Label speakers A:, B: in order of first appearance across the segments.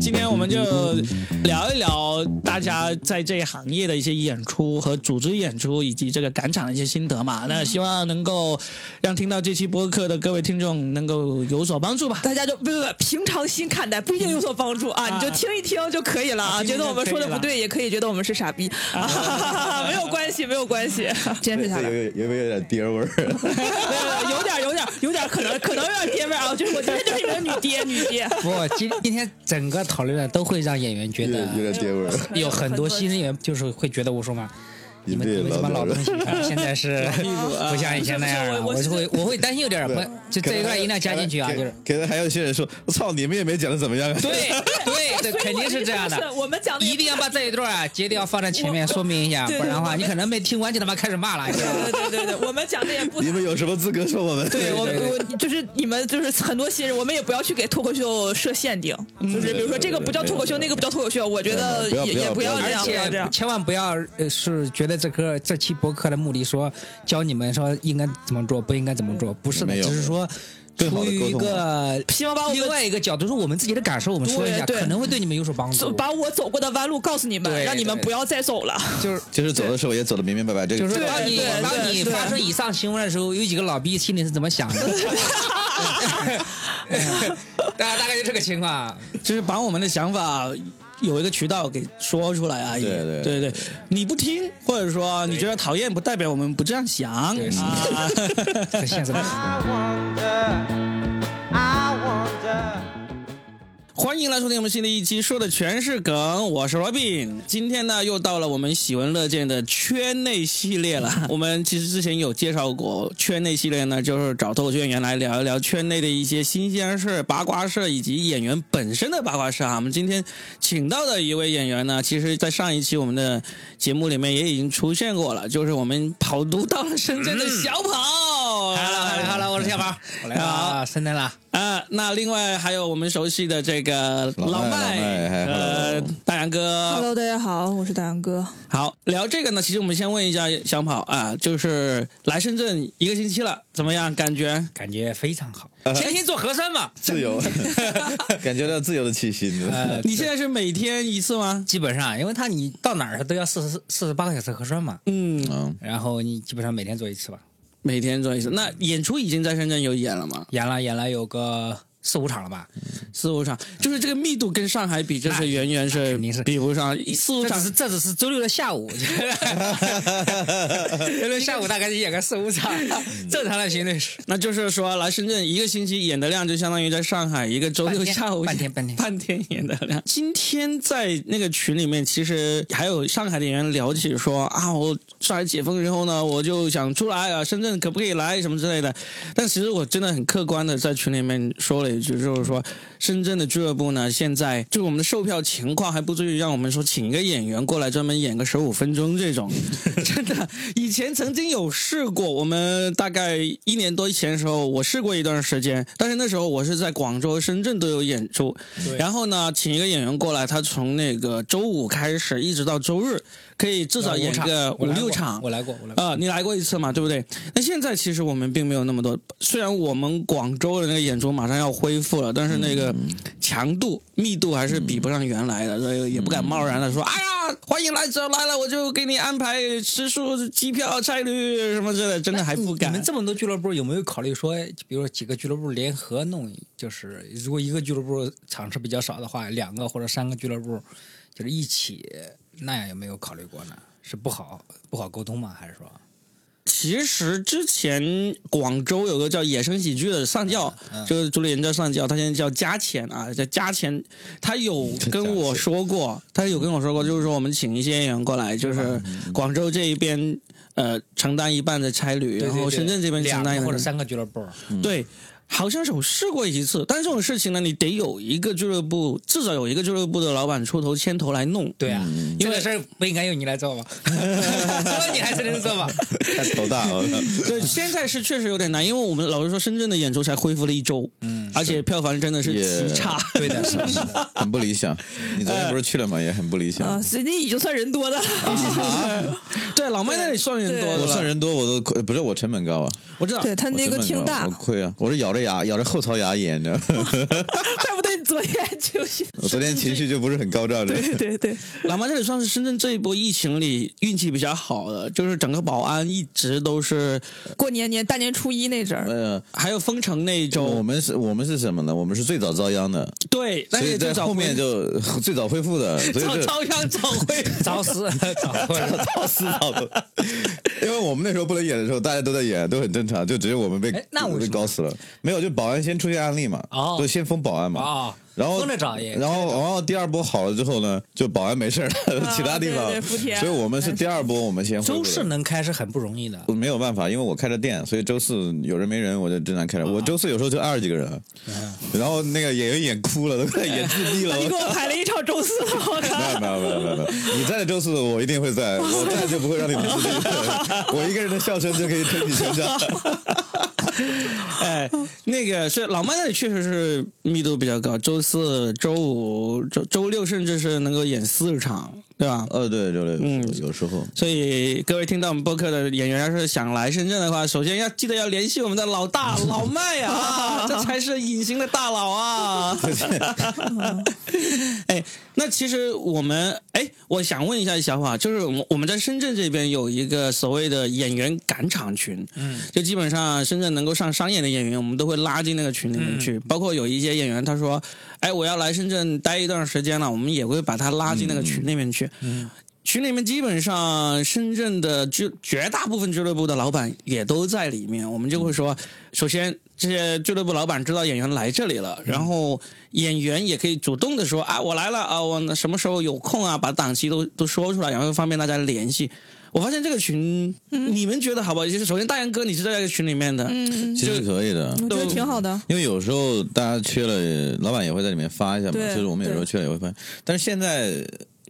A: 今天我们就聊一聊大家在这一行业的一些演出和组织演出，以及这个赶场的一些心得嘛。那希望能够让听到这期播客的各位听众能够有所帮助吧。
B: 大家就不不不，平常心看待，不一定有所帮助啊，
A: 啊
B: 你就听一听就可以了啊。
A: 听听
B: 觉得我们说的
A: 就可以了
B: 不对，也可以觉得我们是傻逼，啊、 没有关系，没有关系，坚持下
C: 这
B: 来。
C: 有有有没有点爹 味儿？
B: 没有有点有点有点可能可能有点爹味儿啊，就是我今天就是你们的女爹女爹。
D: 不，今今天整个讨论呢，都会让演员觉
C: 有
D: 得
C: 点有点爹味儿。
D: 有很多新人演员就是会觉得我说嘛，你们
C: 对
D: 你们这帮老
C: 老
D: 东
C: 东
D: 西啊，现 在是不像以前那样了，
B: 啊我
D: 我
B: 是
D: 就会我会担心有点儿
C: 对
D: 不，就这一段一定要加进去啊，
C: 可
D: 就是
C: 能可能还有些人说，我操，你们也没讲的怎么样啊。
D: 对对，
B: 所
D: 这
B: 以
D: 肯
B: 我
D: 定
B: 的意
D: 是
B: 思
D: 这样
B: 就是
D: 的。
B: 我们讲的
D: 一定要把这一段啊节点要放在前面说明一 下，
B: 对
D: 不然的
B: 我
D: 话
B: 们
D: 你可能没听完就他妈开始骂了。你知道吗
B: 对对对对，我们讲的也不
C: 你们有什么资格说我们？
B: 对我
D: 对对
B: 我就是你们就是很多新人，我们也不要去给脱口秀设限定，就是比如说这个不叫脱口秀，那个不叫脱口秀，我觉得
C: 不要
B: 也
C: 不要
B: 也
C: 不要
B: 这
D: 而
B: 样，不要这
D: 且
B: 样。
D: 千万不要呃是觉得这个这期博客的目的说教你们说应该怎么做，不应该怎么做，不是的，
C: 没有
D: 只是说
C: 更好
D: 出
C: 地
D: 于一
C: 沟通
D: 个
B: 希望把我
D: 另
B: 们
D: 外一个角度，说我们自己的感受，我们说一下，
B: 对对
D: 可能会对你们有所帮
B: 走
D: 助。
B: 把我走过的弯路告诉你们，
D: 嗯对
B: 让你们
D: 对啊
B: 不要再走了。
D: 就是
C: 就是走的时候也走的明明白白，这
D: 就
C: 个
D: 是说
B: 对
D: 当你
B: 对对
D: 当你
B: 对
D: 发生以上行为的时候，有几个老逼心里是怎么想 的？大概大概就这个情况。啊
A: 就是把我们的想法有一个渠道给说出来而已。
C: 对对
A: 对你不听，或者说你觉得讨厌，不代表我们不这样想啊。
D: 对是很 现实的。
E: I wonder, I wonder.
A: 欢迎来收听我们新的一期，说的全是梗，我是 Robin。今天呢，又到了我们喜闻乐见的圈内系列了。 我们其实之前有介绍过，圈内系列呢，就是找脱口秀演员来聊一聊圈内的一些新鲜事儿、八卦事儿，以及演员本身的八卦事儿啊。我们今天请到的一位演员呢，其实在上一期我们的节目里面也已经出现过了，就是我们跑毒到了深圳的小 跑。
D: Hello，Hello，我是小宝，我来了，深圳了。
A: 啊，那另外还有我们熟悉的这个
C: 老
A: 老
C: 麦
A: 麦，
C: 老麦
A: 呃
C: hello，
A: 大杨哥。
B: 大家好，我是大杨哥。
A: 好，聊这个呢，其实我们先问一下小跑啊，就是来深圳一个星期了，怎么样？感觉？
D: 感觉非常好，前天做核酸嘛，
C: 自 由，感觉到自由的气息。
D: 呃，
A: 你现在是每天一次吗？
D: 基本上，因为他你到哪儿他都要四十四十八个小时核酸嘛，
A: 嗯，
C: 嗯，
D: 然后你基本上每天做一次吧。
A: 每天做一次。那演出已经在深圳有演了吗？
D: 演了演了有个四五场了吧，
A: 四五场，就是这个密度跟上海比，真是
D: 那
A: 远远
D: 那
A: 是
D: 肯定嗯是
A: 比不上。 四五
D: 这
A: 场
D: 只 是这只是周六的 下午，周六下午大概就演个四五场，
A: 嗯
D: 正常的频率是。
A: 那就是说，来深圳一个星期演的量，就相当于在上海一个周六
D: 半天
A: 下午
D: 半天半 天
A: 半天演的量。今天在那个群里面，其实还有上海的演员聊起说啊，我上海解封之后呢，我就想出来啊，深圳可不可以来什么之类的。但其实我真的很客观的在群里面说了一句，就是说深圳的俱乐部呢，现在就是我们的售票情况还不至于让我们说请一个演员过来专门演个十五分钟这 种，真的。以前曾经有试过，我们大概一年多以前的时候，我试过一段时间，但是那时候我是在广州、深圳都有演出，然后呢，请一个演员过来，他从那个周五开始一直到周日，可以至少演个呃五
D: 我来过
A: 六场。
D: 我来过，我来过。
A: 啊、你来过一次嘛，对不对？那现在其实我们并没有那么多，虽然我们广州的那个演出马上要恢复了，但是那个
D: 嗯
A: 强度、密度还是比不上原来的，所以也不
D: 嗯
A: 敢贸然的说，哎呀，欢迎来，只要来了我就给你安排吃宿、机票、差旅什么之类的，真的还不
D: 你
A: 敢
D: 们。这么多俱乐部，有没有考虑说，哎比如说几个俱乐部联合弄？就是如果一个俱乐部场次比较少的话，两个或者三个俱乐部就是一起，那样有没有考虑过呢？是不好不好沟通吗？还是说，
A: 其实之前广州有个叫野生喜剧的上教，
D: 嗯
A: 就是主理人叫上教，他现在叫加钱啊，叫加钱。他有
D: 嗯
A: 跟我说过，他有跟我说过，就是说我们请一些演员过来，就是
D: 嗯
A: 广州这一边呃承担一半的差旅，然后深圳这边承
D: 两
A: 担一
D: 个
A: 半
D: 或者
A: 的
D: 三个俱乐部，
A: 对，好像是我试过一次，但是这种事情呢，你得有一个俱乐部，至少有一个俱乐部的老板出头牵头来弄。
D: 对啊，
A: 因
D: 这
A: 为
D: 个事儿不应该由你 来 做吗？所以你还是能做吧。
C: 太头大了。
A: 对，现在是确实有点难，因为我们老实说，深圳的演出才恢复了一周，嗯，而且票房真的是
C: 也
A: 极差。
D: 对的，是是
C: 很不理想。你昨天不是去了吗？也很不理
B: 啊，
C: 想。
B: 所以你已经算人多的了。
A: 嗯 对，老麦那里算人多的了，
C: 我算人多，我都亏不是我成本高啊，
A: 我知道。
B: 呃对他那个
C: 我 成本
B: 厅
C: 高
B: 大
C: 我，亏啊！我是咬着牙，咬着后槽牙演的。
B: 怪不昨天就是，
C: 我昨天情绪就不是很高涨的。
B: 对对对，
A: 喇嘛这里算是深圳这一波疫情里运气比较好的，就是整个保安一直都是，
B: 过年年大年初一那阵儿，
C: 呃，
A: 还有封城那一
C: 我
A: 周，
C: 们是，我们是什么呢？我们是最早遭殃的，
A: 对，
C: 嗯所
A: 但
C: 以
A: 是
C: 在
A: 就找
C: 后面就最早恢复的，所以
A: 找
C: 就
A: 朝阳早 会，
D: 早死早会 了。
C: 早死早的。 因为我们那时候不能演的时候，大家都在演，都很正常，就只有我们被
D: 哎那为什么
C: 被搞死了。没有，就保安先出现案例嘛，
D: 哦
C: 就先封保安嘛。
D: 哦
C: 然后
D: 封着找也
C: 然后然后第二波好了之后呢，就保安没事儿了，
B: 啊
C: 其他地方。
B: 对对福田
C: 所以我们是第二波，我们先恢复
D: 周
C: 的
D: 四能开是很不容易的，
C: 我没有办法，因为我开着店，所以周四有人没人，我就正常开着。我周四有时候就二十几个人，然后那个演员演哭了，都快演自闭了。
B: 你给我排了一场周四好的。
C: 没有没有没有没有没有，你在的周四我一定会在，我在就不会让你们自闭。我一个人的笑声就可以撑起全场。
A: 哎，那个是老麦那里确实是密度比较高，周四周五周周六甚至是能够演四十场，对吧？
C: 呃，对对
A: 嗯
C: 对，有时候。
A: 所以各位听到我们播客的演员，要是想来深圳的话，首先要记得要联系我们的老大老麦啊，这才是隐形的大佬啊。哎，那其实我们哎，我想问一下小法，就是我们我们在深圳这边有一个所谓的演员赶场群，嗯，就基本上深圳能够上商演的演员，我们都会拉进那个群里面去，包括有一些演员他说，哎，我要来深圳待一段时间了，我们也会把他拉进那个群里面去，群里面基本上深圳的俱绝大部分俱乐部的老板也都在里面，我们就会说，首先这些俱乐部老板知道演员来这里了，然后演员也可以主动的说啊，我来了啊，我什么时候有空啊，把档期都都说出来，然后方便大家联系。我发现这个群，
D: 嗯
A: 你们觉得好不好？就是首先大杨哥你是在这个群里面的，
B: 嗯，
C: 其实可以的，
B: 我觉得挺好的。
C: 因为有时候大家缺了，老板也会在里面发一下嘛，
B: 对
C: 就是我们有时候缺了也会发，但是现在。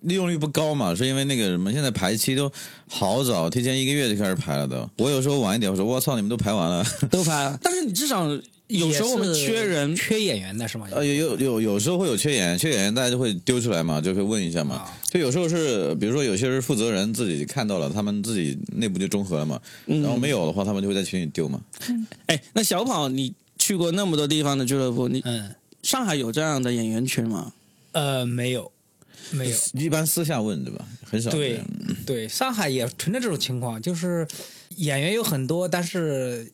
C: 利用率不高嘛，是因为那个什么，现在排期都好早，提前一个月就开始排了都。我有时候晚一点，我说我操，你们都排完 了。
A: 都发。但是你至少有时候我们
D: 也是
A: 缺人，哎
D: 缺演员的是吗？
C: 呃，有有有有时候会有缺演员，缺演员大家就会丢出来嘛，就会问一下嘛
D: 啊。
C: 就有时候是，比如说有些人负责人自己看到了，他们自己内部就中和了嘛。
D: 嗯
C: 然后没有的话，他们就会在群里丢嘛。
A: 嗯哎，那小跑你去过那么多地方的俱乐部，你
D: 嗯
A: 上海有这样的演员群吗？
D: 呃没有 没有，
C: 一般私下问对吧？很少这
D: 对嗯
C: 样
D: 对，上海也存在这种情况，就是演员有很多，但是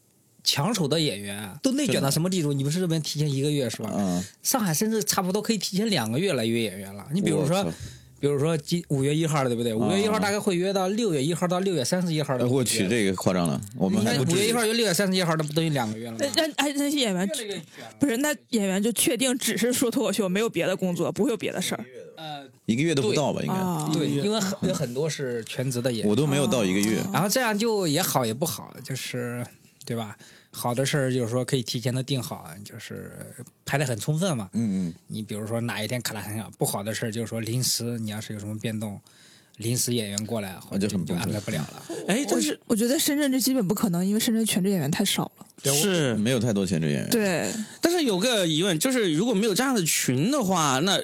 D: 抢手的演员啊都内卷到什么地步？你们是这边提前一个月是吧？
C: 啊。
D: 上海甚至差不多可以提前两个月来约演员了。你比如
C: 我
D: 说
C: 操，
D: 比如说今五月一号了，对不对？五月
A: 啊
D: 一号大概会约到六月一号到六月三十一号
C: 哎
D: 的。
C: 我去，这个夸张了，我们
D: 应
C: 还
D: 该
C: 不
D: 五
C: 至
D: 月一
C: 于
D: 号。约六月三十一号，那不等于两个月了吗
B: 那？那哎，那些演员不是那演员就确定只是说脱口秀，没有别的工作，不会有别的事儿
D: 呃，
C: 一个月都不到吧？应该，
B: 啊。
D: 对，因为很有很多是全职的演员
C: 我，都没有到一个月。
D: 嗯然后这样就也好也不好，就是对吧？好的事儿就是说可以提前的定好，就是排的很充分嘛。
C: 嗯嗯，
D: 你比如说哪一天卡拉很少，不好的事儿就是说临时你要是有什么变动，临时演员过来，或
C: 就
D: 者
C: 很
D: 就
C: 崩溃
D: 安排不了了。
A: 哎，但是
B: 我觉得深圳这基本不可能，因为深圳全职演员太少了。
A: 是
C: 嗯没有太多全职演员。。
B: 对，
A: 但是有个疑问，就是如果没有这样的群的话，那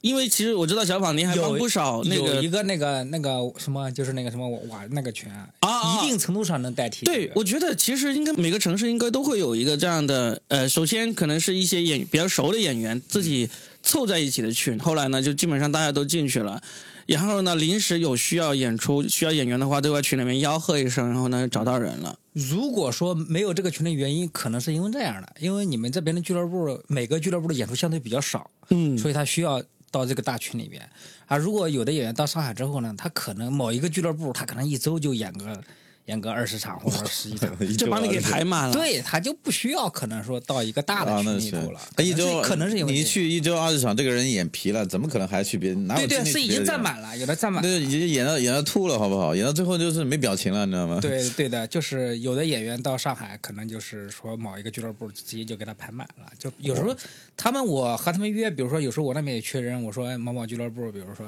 A: 因为其实我知道小宝您还帮
D: 有
A: 不少那
D: 有一
A: 个。
D: 个那个那个什么，就是那个什么瓦那个群啊，
A: 啊
D: 一定程度上能代替这个。
A: 对，我觉得其实应该每个城市应该都会有一个这样的，呃，首先可能是一些演比较熟的演员自己凑在一起的群，后来呢就基本上大家都进去了，然后呢临时有需要演出需要演员的话，对外群里面吆喝一声，然后呢找到人了。
D: 如果说没有这个群的原因，可能是因为这样的，因为你们这边的俱乐部每个俱乐部的演出相对比较少，
A: 嗯
D: 所以他需要到这个大群里边啊。如果有的演员到上海之后呢，他可能某一个俱乐部，他可能一周就演个演个二十场或者十几场
C: 一周
A: 就把你给
C: 二十
A: 排满了。，
D: 对他就不需要可能说到一个大
C: 啊
D: 的，群
C: 那
D: 里
C: 是
D: 头了，
C: 他一周
D: 可能是因为
C: 你
D: 这
C: 一
D: 个
C: 去一周二十场，这个人眼皮了，怎么可能还去别人？哪有
D: 对
C: 精
D: 对
C: 力
D: 是
C: 去
D: 已
C: 别的
D: 经
C: 地
D: 占
C: 方
D: 满了，有的占满了，
C: 对，已经演到演到吐了，好不好？演到最后就是没表情了，你知道 吗？，
D: 对对的，就是有的演员到上海，可能就是说某一个俱乐部直接就给他排满了。就有时候他们我和他们约，比如说有时候我那边也缺人，我说哎某某俱乐部，比如说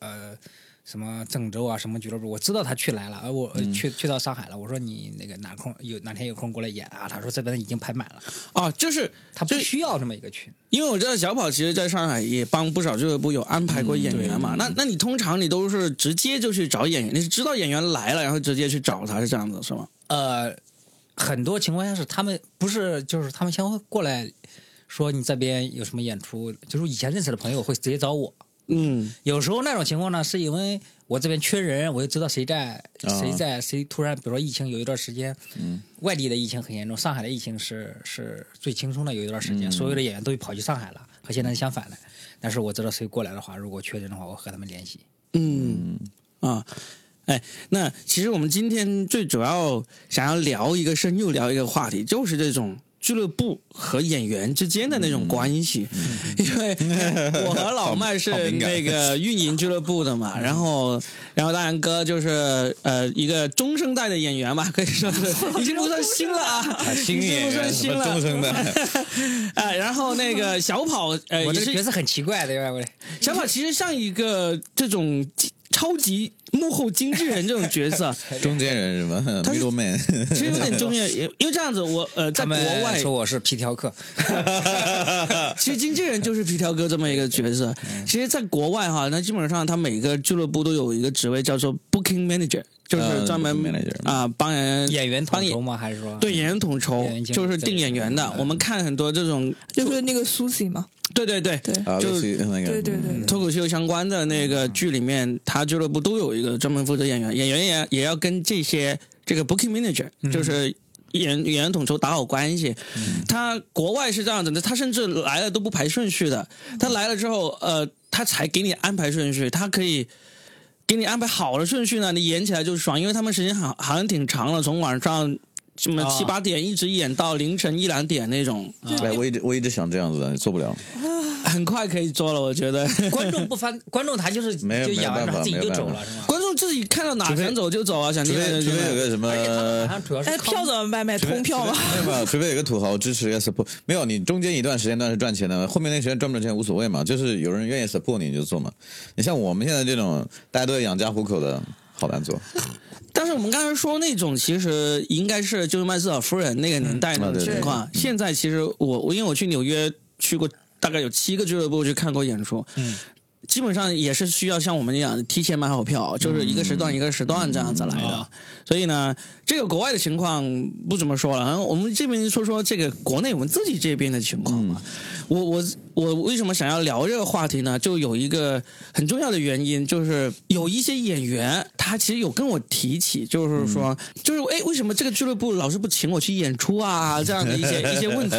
D: 呃什么郑州啊什么俱乐部，我知道他去来了，而我、呃去去到上海了，我说你那个哪空有哪天有空过来演啊？他说这边已经排满了，
A: 啊，就是
D: 他不
A: 就
D: 需要这么一个群。
A: 因为我知道小跑其实在上海也帮不少俱乐部有安排过演员嘛，那那你通常你都是直接就去找演员，你是知道演员来了，然后直接去找他是这样子是吗？
D: 呃，很多情况下是他们不是就是他们先会过来说你这边有什么演出，就是以前认识的朋友会直接找我。
A: 嗯，
D: 有时候那种情况呢，是因为我这边缺人，我就知道谁在
C: 啊嗯
D: 谁在谁突然，比如说疫情有一段时间，外地的疫情很严重，上海的疫情是是最轻松的有一段
C: 嗯
D: 时间，所有的演员都跑去上海了，和现在是相反的。但是我知道谁过来的话，如果缺人的话，我和他们联系。
A: 嗯啊，哎，那其实我们今天最主要想要聊一个深入聊一个话题，就是这种。俱乐部和演员之间的那种关系，因为我和老麦
C: 好
A: 是
C: 敏感
A: 那个运营俱乐部的嘛，然后，然后大然哥就是呃一个中生代的演员嘛，可以说是已经不算新了啊，
C: 啊新
A: 已经
C: 演
A: 不算
C: 员什
A: 新
C: 么
A: 了
C: 终，身的，
A: 哎，然后那个小跑
C: 哎
A: 呃
D: 我
A: 也
D: 这
A: 是
D: 个角色很奇怪的，对吧？我
A: 小跑其实像一个这种超级幕后经纪人这种角色，
C: 中间人是吧
A: 他是
C: ？Middle man，
A: 其实有点中间，因为这样子我呃在
D: 他
A: 国
D: 们
A: 外，
D: 说我是皮 条客，
A: 其实经纪人就是皮条哥这么一个角 色。
D: 嗯
A: 其实，在国外哈，那基本上他每个俱乐部都有一个职位叫做 booking manager，就是
D: 呃
A: 专门
C: 嗯，booking manager
A: 啊、帮人
D: 演员
A: 帮
D: 统
A: 演
D: 筹吗？还是说
A: 对演员统筹
D: 演员，经理
A: 就是定演员的。
D: 对
A: 我们看很多这种，
B: 就是那个 Susie 嘛，
A: 对对对，
B: 对
C: 啊，嗯
A: 就
C: 类似于那个，
B: 对对对
A: 脱口秀相关的那个剧里面，他俱乐部都有一个专门负责演员，演员也也要跟这些这个 booking manager，、就是演演员统筹打好关系。他国外是这样子的，他甚至来了都不排顺序的，他来了之后，呃，他才给你安排顺序，他可以。给你安排好了顺序呢，你演起来就爽，因为他们时间好好像挺长了，从晚上什么
D: 啊
A: 七八点一直演到凌晨一两点那种，
C: 哎，我一直我一直想这样子的，做不了。
A: 很快可以做了，我觉得。
D: 观众不翻，观众他就是
C: 没有
D: 就演完之
C: 没有办
D: 后
C: 法
D: 自己就走
C: 没有
D: 了，
C: 办
D: 是吗？
A: 观众自己看到哪想走就走啊，想
C: 除
A: 听哪
C: 非
A: 就听
C: 除非有
A: 哪。
C: 个什么，
D: 而且他们好像主要
B: 哎，
D: 是靠
B: 票怎么办？买
C: 除非
B: 通票吗？
C: 除非 没有吧，除非有个土豪支持要 support，没有你中间一段时间段是赚钱的，后面那时间赚不赚钱无所谓嘛，就是有人愿意 support 你就做嘛。你像我们现在这种大家都要养家糊口的，好难做。
A: 但是我们刚才说那种，其实应该是就是麦瑟尔夫人那个年代那种情况。现在其实我我因为我去纽约去过大概有七个俱乐部去看过演出，嗯，基本上也是需要像我们一样提前买好票，就是一个时段一个时段这样子来的。所以呢，这个国外的情况不怎么说了，然后我们这边说说这个国内我们自己这边的情况吧。我我我为什么想要聊这个话题呢？就有一个很重要的原因，就是有一些演员他其实有跟我提起，就是说，就是哎，为什么这个俱乐部老是不请我去演出啊？这样的一些一些问题。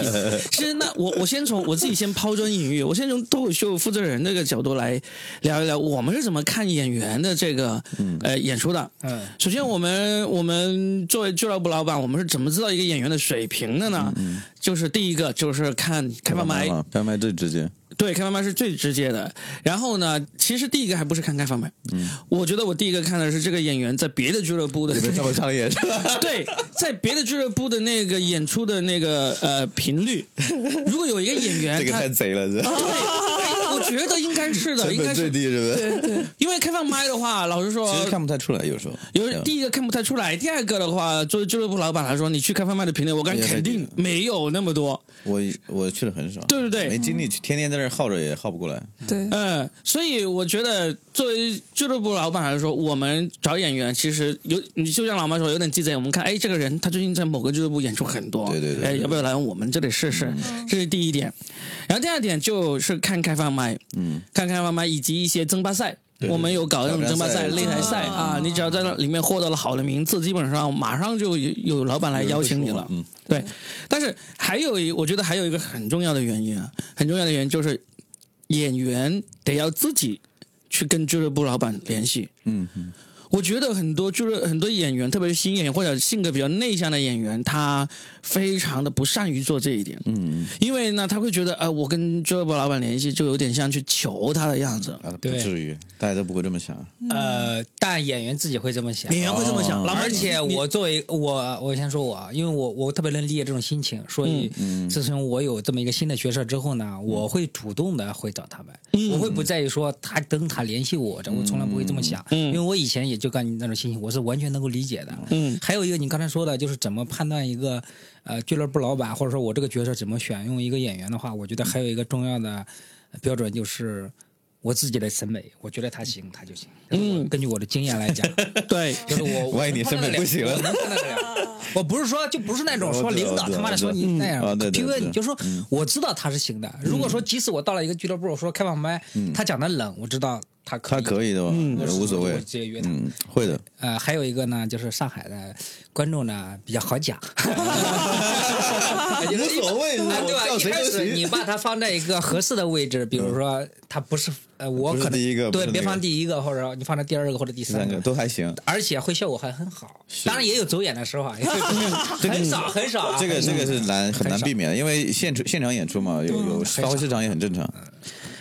A: 其实那我我先从我自己先抛砖引玉，我先从脱口秀负责人这个角度来聊一聊，我们是怎么看演员的这个呃演出的。
D: 嗯，
A: 首先，我们我们作为俱乐部老板，我们是怎么知道一个演员的水平的呢？就是第一个就是看开放麦，
C: 嘛，开麦最 直接。
A: 对，开放麦是最直接的。然后呢，其实第一个还不是看开放麦，
C: 嗯
A: 我觉得我第一个看的是这个演员在别的俱乐部的，
C: 没过商业是吧？
A: 对，在别的俱乐部的那个演出的那个呃频 率。如果有一个演员，
C: 这个
A: 他
C: 太贼 了，这
A: 对，我觉得应该是的，
C: 成
A: 应该
C: 本最
A: 是
C: 低是不是？
A: 因为开放麦的话，老实说，
C: 其实看不太出来，有时候
A: 有第一个看不太出来，第二个的话，作为俱乐部老板来说，你去开贩卖的频率，我感觉肯定没有那么多。
C: 我我去的很少，
A: 对对对
C: 没精力去，天天在那儿耗着也耗不过来。
B: 对，
A: 嗯，所以我觉得作为俱乐部老板来说，我们找演员其实有，你就像老妈说，有点鸡贼。我们看，哎，这个人他最近在某个俱乐部演出很多，
C: 对对对
A: 哎，
C: 对
A: 要不要来我们这里试试？这是第一点。然后第二点就是看开放麦，
C: 嗯，
A: 看开放麦以及一些争霸赛。
C: 对对嗯
A: 我们有搞那种争霸赛、
C: 挑
A: 擂
C: 战赛
A: 台赛啊，你只要在那里面获得了好的名次，基本上马上就有有老板来邀请你了。
C: 嗯，
A: 对，但是还有一，我觉得还有一个很重要的原因啊，很重要的原因就是演员得要自己去跟俱乐部老板联系。
C: 嗯嗯，
A: 我觉得很多就是很多演员，特别是新演员或者性格比较内向的演员，他非常的不善于做这一点。
C: 嗯，
A: 因为呢，他会觉得，呃，我跟俱乐部老板联系，就有点像去求他的样子。
C: 啊，不
D: 对
C: 至于，大家都不会这么想。嗯
D: 呃，但演员自己会这么想
A: 演。员会这么想，
C: 哦
A: 老板
D: 而且
A: 你
D: 我作为我，我先说我，啊，因为我我特别能理解这种心情，所以
A: 嗯
D: 自从我有这么一个新的角色之后呢，我会主动的会找他们，
A: 嗯
D: 我会不在意说他登他联系我，这我从来不会这么想，因为我以前也就干那种心情，我是完全能够理解的。
A: 嗯，
D: 还有一个你刚才说的，就是怎么判断一个呃俱乐部老板或者说我这个角色怎么选用一个演员的话，我觉得还有一个重要的呃标准就是。我自己的审美，我觉得他行，他就行。嗯，根据我的经验来讲，
A: 对，
D: 就是我，
C: 万一你审美不行了哦
D: 我能看得了，我不是说就不是那种说
C: 我知道
D: 领导
C: 我知道
D: 他妈的说你那样
C: 嗯啊对对
D: 评论，
C: 对嗯
D: 你就说我知道他是行的。如果说即使我到了一个俱乐部，我说开放麦，他讲的冷，我知道他可
C: 他
D: 以，
C: 可以的吧？
A: 嗯
D: 我
C: 无所
D: 我
C: 谓
D: 直，接约他。
C: 嗯，会的。
D: 呃，还有一个呢，就是上海的观众呢比较好 讲，
C: 无所谓
D: 啊对吧？
C: 叫
D: 一
C: 谁
D: 开
C: 都
D: 始
C: 行
D: 你把它放在一个合适的位置，比如说它不是呃，我
C: 不是
D: 可能
C: 第一个不
D: 对，
C: 是
D: 别
C: 那个
D: 放第一个，或者你放在第二个或者第
C: 第
D: 三
C: 三
D: 个
C: 个，都还行。
D: 而且会效果还很好。
C: 是
D: 当然也有走眼的 时候啊，也会
C: 这个
D: 很少很少啊。
C: 这个
D: 很少
C: 这个是难很难
D: 少
C: 避免的，因为现出现场演出嘛，有
D: 嗯
C: 有发挥失常也很正常。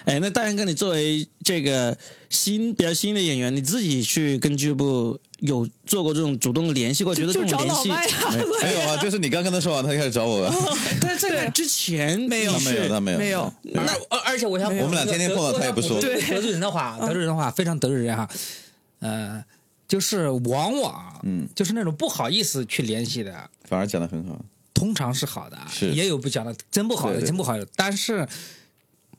A: 哎，那大然哥，你作为这个新比较新的演员，你自己去跟俱乐部有做过这种主动联系过？觉得这
B: 就
A: 种
B: 找
A: 联
B: 老
A: 系，
B: 麦啊，
C: 没有 啊，就是你刚跟他说完，他就开始找我了。
A: 但是在那之前没
C: 他没有，他没有，
B: 没有
C: 对。
D: 那而而且我想补充一
C: 嗯
D: 个，
C: 我们俩天天碰到他也不说
D: 我想补充一个
B: 对
D: 得罪人的话，得罪人的话非常得罪人哈。呃，就是往往
C: 嗯，
D: 就是那种不好意思去联系的，
C: 反而讲的很 好。
D: 通常是好的啊，
C: 是
D: 也有不讲的，真不好
C: 对
D: 的，
C: 对
D: 真不好的。但是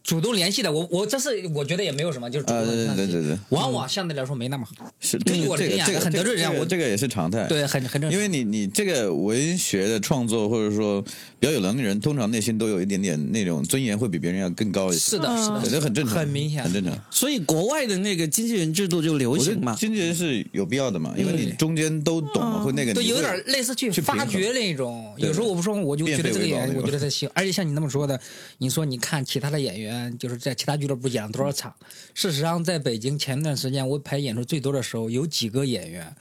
D: 主动联系的，我我这是我觉得也没有什么，就是主
C: 呃，
D: 动联
C: 对
D: 系，
C: 对对对，
D: 往往相对来说没那么好，
C: 是
D: 对
C: 这个
D: 我
C: 这
D: 这
C: 个
D: 样
C: 这个
D: 很得罪人啊
C: 这个
D: 我
C: 这个也是常态。
D: 对，很很正常。
C: 哎因为你你这个文学的创作，或者说比较有能力的人，通常内心都有一点点那种尊严，会比别人要更高一些。
D: 是的，是的，
C: 对，这很正常，
D: 很明显
C: 很正常。
A: 所以国外的那个经纪人制度就流
C: 我觉
A: 行
C: 得
A: 嘛。
C: 经纪人是有必要的嘛，因为你
D: 对嗯
C: 中间都懂嘛，会那个
D: 对，
C: 你
D: 有
C: 会
D: 点类似去
C: 去平
D: 发
C: 衡
D: 掘那种。
C: 对
D: 有时候我不说，我就觉得这个演
C: 变废为宝那
D: 员，
C: 种
D: 我觉得他 行。而且像你那么说的，你说你看其他的演员，就是在其他俱乐部演了多少
C: 嗯
D: 场。事实上，在北京前段时间我排演出最多的时候，有几个演员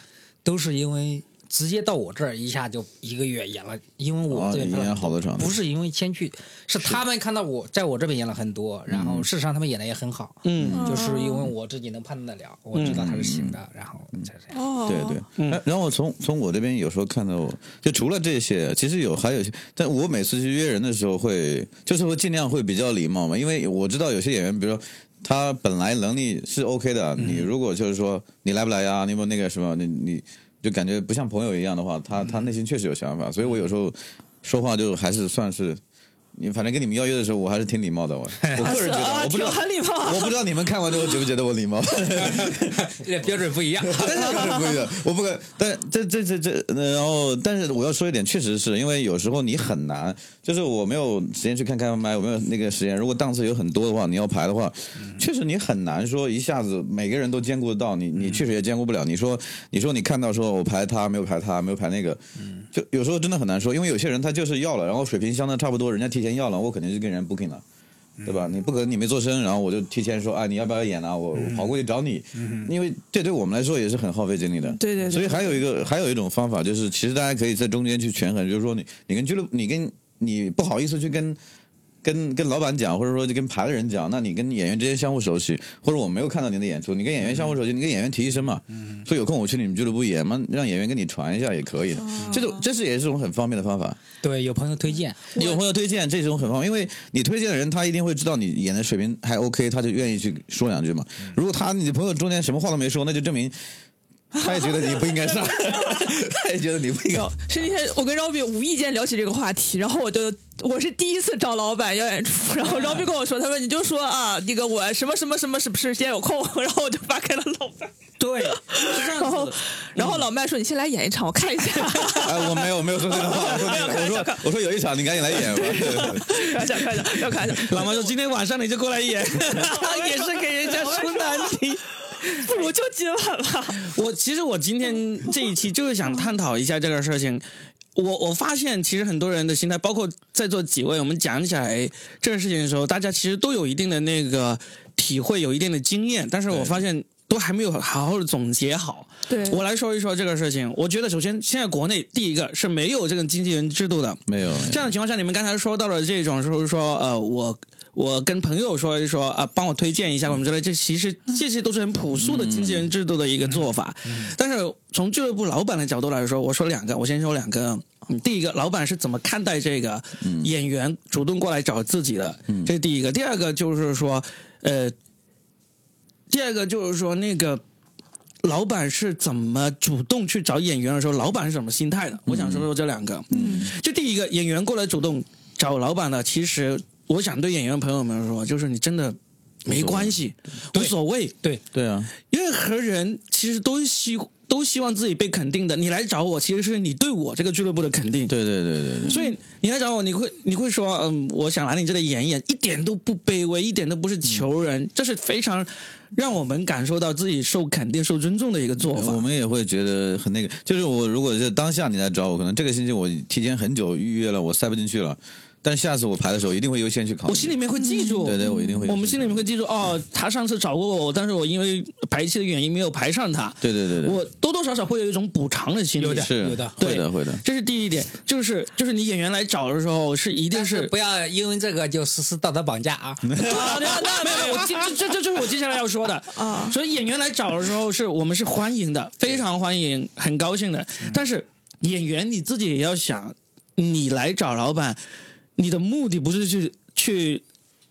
D: 都是因为直接到我这儿一下就一个月演了，因为我
C: 啊，
D: 这
C: 你
D: 边、
C: 演好多场，
D: 不是因为先去，是他们看到我在我这边演了很多，然
C: 嗯
D: 后事实上他们演的也很好，
A: 嗯，
D: 就是因为我自己能判断得了，我知道他是行
C: 嗯
D: 的，然后才这 样。
B: 哦，
C: 对对，
D: 嗯
C: 然然后从从我这边有时候看到我，就除了这些，啊其实有还有一些，但我每次去约人的时候会，就是会尽量会比较礼貌嘛，因为我知道有些演员，比如说他本来能力是 OK 的，你
D: 嗯
C: 如果就是说你来不来呀，你有没有那个什么，你你就感觉不像朋友一样的话，他
D: 嗯
C: 他内心确实有想法，所以我有时候说话就还是算是。你反正跟你们邀约的时候，我还是挺礼貌的。我我个人觉得，我不知道
B: 挺，很礼貌啊
C: 我不知道你们看完之后觉不觉得我礼貌。
D: 这标准不一样。
C: 但是不是不是，我不敢。但这这这这，呃然后但是我要说一点，确实是因为有时候你很难，就是我没有时间去看开放麦，我没有那个时间。如果档次有很多的话，你要排的话，确实你很难说一下子每个人都兼顾得到，你你确实也兼顾不了。你说你说你看到说我哦排他没有排他没有排那个，就有时候真的很难说，因为有些人他就是要了，然后水平相当差不多，人家提前要了，我肯定是跟人 booking 了。对吧？你不可能你没做声，然后我就提前说啊，你要不要演啊？我
B: 嗯
C: 我跑过去找你，因为这对我们来说也是很耗费精力的。
B: 对对对
C: 所以还有一个还有一种方法就是，其实大家可以在中间去权衡，就是说你你跟俱乐你跟你不好意思去跟。跟跟老板讲，或者说就跟排的人讲，那你跟演员之间相互熟悉，或者我没有看到您的演出，你跟演员相互熟悉，你跟演员提一声嘛，
B: 嗯
C: 所以有空我去你们俱乐部演嘛，让演员跟你传一下也可以的，这种这是也是一种很方便的方法。
D: 对，有朋友推荐，
C: 有朋友推荐，这种很方便，因为你推荐的人，他一定会知道你演的水平还 OK，他就愿意去说两句嘛。如果他你的朋友中间什么话都没说，那就证明他也觉得你不应该 上，他也觉得你不应该。
B: 是那天我跟 Robby 无意间聊起这个话题，然后我就我是第一次找老板要演出，然后 Robby 跟我说，他说你就说啊，那个我什么什么什么什么时间有空， 然后我就发给了老板，
D: 对，
B: 然后然后老麦说你先来演一场，我看一下，
C: 哎，我没有我没有说这种话，我说那个我说我说有一场你赶紧来演吧。 对
B: 看一下 看一下要看一下，
A: 老妈说今天晚上你就过来演， 也是给人家出难题。
B: 不如就今晚吧，
A: 我其实我今天这一期就是想探讨一下这个事情。我我发现其实很多人的心态，包括在座几位，我们讲起来这个事情的时候，大家其实都有一定的那个体会，有一定的经验，但是我发现都还没有好好的总结好。
B: 对
A: 我来说一说这个事情。我觉得首先现在国内第一个是没有这个经纪人制度的，
C: 没有
A: 这样的情况下，你们刚才说到了这种，就是说，呃，我我跟朋友说一说啊、帮我推荐一下我们之类，这其实这些都是很朴素的经纪人制度的一个做法。但是从俱乐部老板的角度来说，我说两个，我先说两个。嗯第一个，老板是怎么看待这个演员主动过来找自己的？这是第一个。第二个就是说，呃，第二个就是说那个。老板是怎么主动去找演员的时候，老板是什么心态的？我想说说这两个。嗯，就第一个，演员过来主动找老板的，其实我想对演员朋友们说，就是你真的没关系，无所谓，
D: 对
C: 对啊，
A: 任何人其实都希都都希望自己被肯定的。你来找我，其实是你对我这个俱乐部的肯定。
C: 对对对对对，
A: 所以你来找我，你会你会说，嗯，我想来你这里演一演，一点都不卑微，一点都不是求人，
C: 嗯
A: 这是非常让我们感受到自己受肯定、受尊重的一个做
C: 我
A: 法。
C: 们也会觉得很那个，就是我如果是当下你来找我，可能这个星期我提前很久预约了，我塞不进去了，但是下次我排的时候一定会优先去考虑。
A: 我心里面会记住，
C: 嗯对对，我一定会。
A: 我们心里面会记住，哦，他上次找过我，但是我因为排期的原因没有排上他，
C: 对对对对，
A: 我多多少少会有一种补偿的心理。
D: 有点
C: 是
D: 有的
A: 对
C: 会的会的。
A: 这是第一点，就是就是你演员来找的时候是一定
D: 但
A: 是
D: 是不要因为这个就实施道德绑架啊！
A: 啊，没有没有没有，我接这这这就是我接下来要说的
B: 啊
A: 所以演员来找的时候，是我们是欢迎的，非常欢迎，很高兴的。但是演员你自己也要想，你来找老板，你的目的不是去去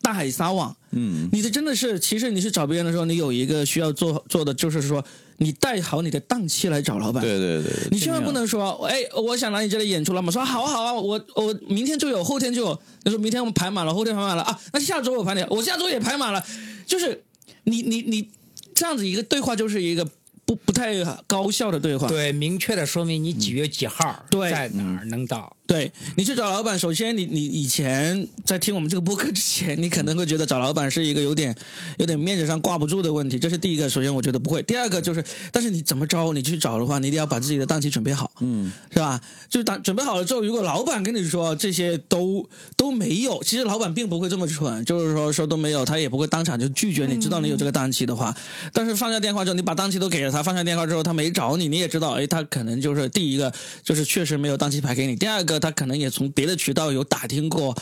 A: 大海撒网，
C: 嗯，
A: 你的真的是，其实你去找别人的时候，你有一个需要做做的，就是说你带好你的档期来找老板。
C: 对对对对，
A: 你千万不能说，哎，我想来你这里演出了嘛？说好啊好啊，我我明天就有，后天就有。他说明天我们排满了，后天排满了啊，那下周我排你，我下周也排满了。就是你你你这样子一个对话，就是一个不不太高效的对话。
D: 对，明确的说明你几月几号
A: 对
D: 在哪儿能到。
A: 对你去找老板，首先你你以前在听我们这个播客之前，你可能会觉得找老板是一个有点有点面子上挂不住的问题，这是第一个。首先我觉得不会，第二个就是，但是你怎么着，你去找的话，你一定要把自己的档期准备好，嗯，是吧？就是当准备好了之后，如果老板跟你说这些都都没有，其实老板并不会这么蠢，就是说说都没有，他也不会当场就拒绝你，知道你有这个档期的话。但是放下电话之后，你把档期都给了他，放下电话之后他没找你，你也知道，哎，他可能就是第一个就是确实没有档期排给你，第二个他可能也从别的渠道有打听过。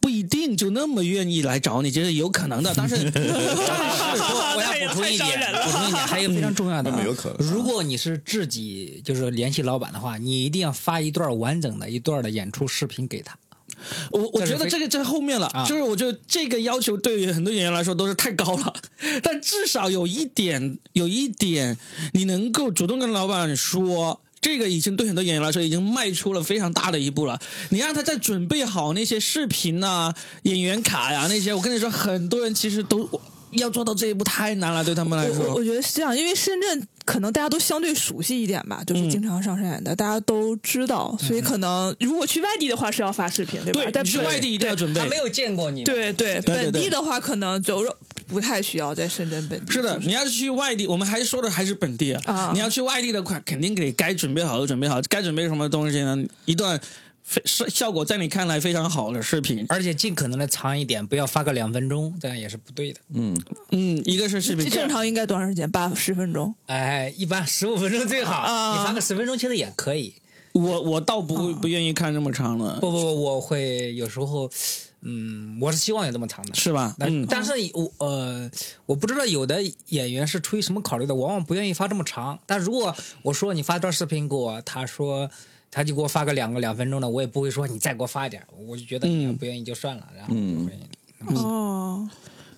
A: 不一定就那么愿意来找你，这是有可能的。但是， 但是
B: 嗯
D: 我 我要补充一点， 补充一点，还有一个非常重要的啊，
C: 嗯有可能
D: 如果你是自己就是联系老板的话，你一定要发一段完整的一段的演出视频给他。
A: 我我
D: 这是
A: 觉得
D: 非
A: 这个在后面了，
D: 啊
A: 就是我觉得这个要求对于很多演员来说都是太高了，但至少有一点，有一点你能够主动跟老板说。这个已经对很多演员来说已经迈出了非常大的一步了。你让他再准备好那些视频呐、演员卡呀、那些，我跟你说，很多人其实都要做到这一步太难了，对他们来
B: 我
A: 哎说
B: 我。觉得是这样，因为深圳可能大家都相对熟悉一点吧，
A: 嗯
B: 就是经常上山演的，大家都知道，所以可能如果去外地的话是要发视频，对吧？
A: 对，
B: 但
A: 你去外地一定要准备。
D: 有见过你，
B: 对
A: 对
B: 对
A: 对
B: 本地的话可能就是不太需要在深圳本地。
A: 是的
B: 就，
A: 你要去外地，我们还说的还是本地啊。
B: 啊
A: 你要去外地的话，肯定给该准备好的准备好，该准备什么东西呢？一段非是效果在你看来非常好的视频，
D: 而且尽可能的长一点，不要发个两分钟，这样也是不对的。
A: 嗯，一个是视频，
B: 正常应该多长时间？八十分钟。
D: 哎，一般十五分钟最好，
B: 啊
D: 你发个十分钟其实也可以。
A: 我我倒不会不愿意看这么长的，
B: 哦
D: 不不不，我会有时候，嗯，我是希望有这么长的。
A: 是吧？
D: 但、
A: 嗯，
D: 但是我呃，我不知道有的演员是出于什么考虑的，往往不愿意发这么长。但如果我说你发段视频给我，他说他就给我发个两个两分钟的，我也不会说你再给我发一点儿，我就觉得你
A: 嗯
D: 不愿意就算了，然后
C: 嗯
D: 就会。
B: 哦，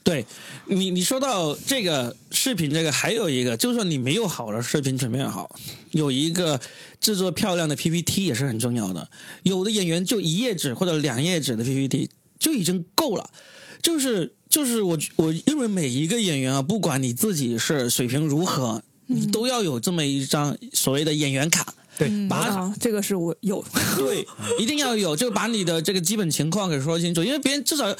A: 对你你说到这个视频，这个还有一个，就算你没有好的视频准备好，有一个制作漂亮的 PPT 也是很重要的。有的演员就一页纸或者两页纸的 PPT 就已经够了，就是就是我我认为每一个演员啊，不管你自己是水平如何，你都要有这么一张所谓的演员卡。
B: 嗯
A: 把
B: 啊，这个是我有。
A: 对，
C: 嗯
A: 一定要有，就把你的这个基本情况给说清楚，因为别人至少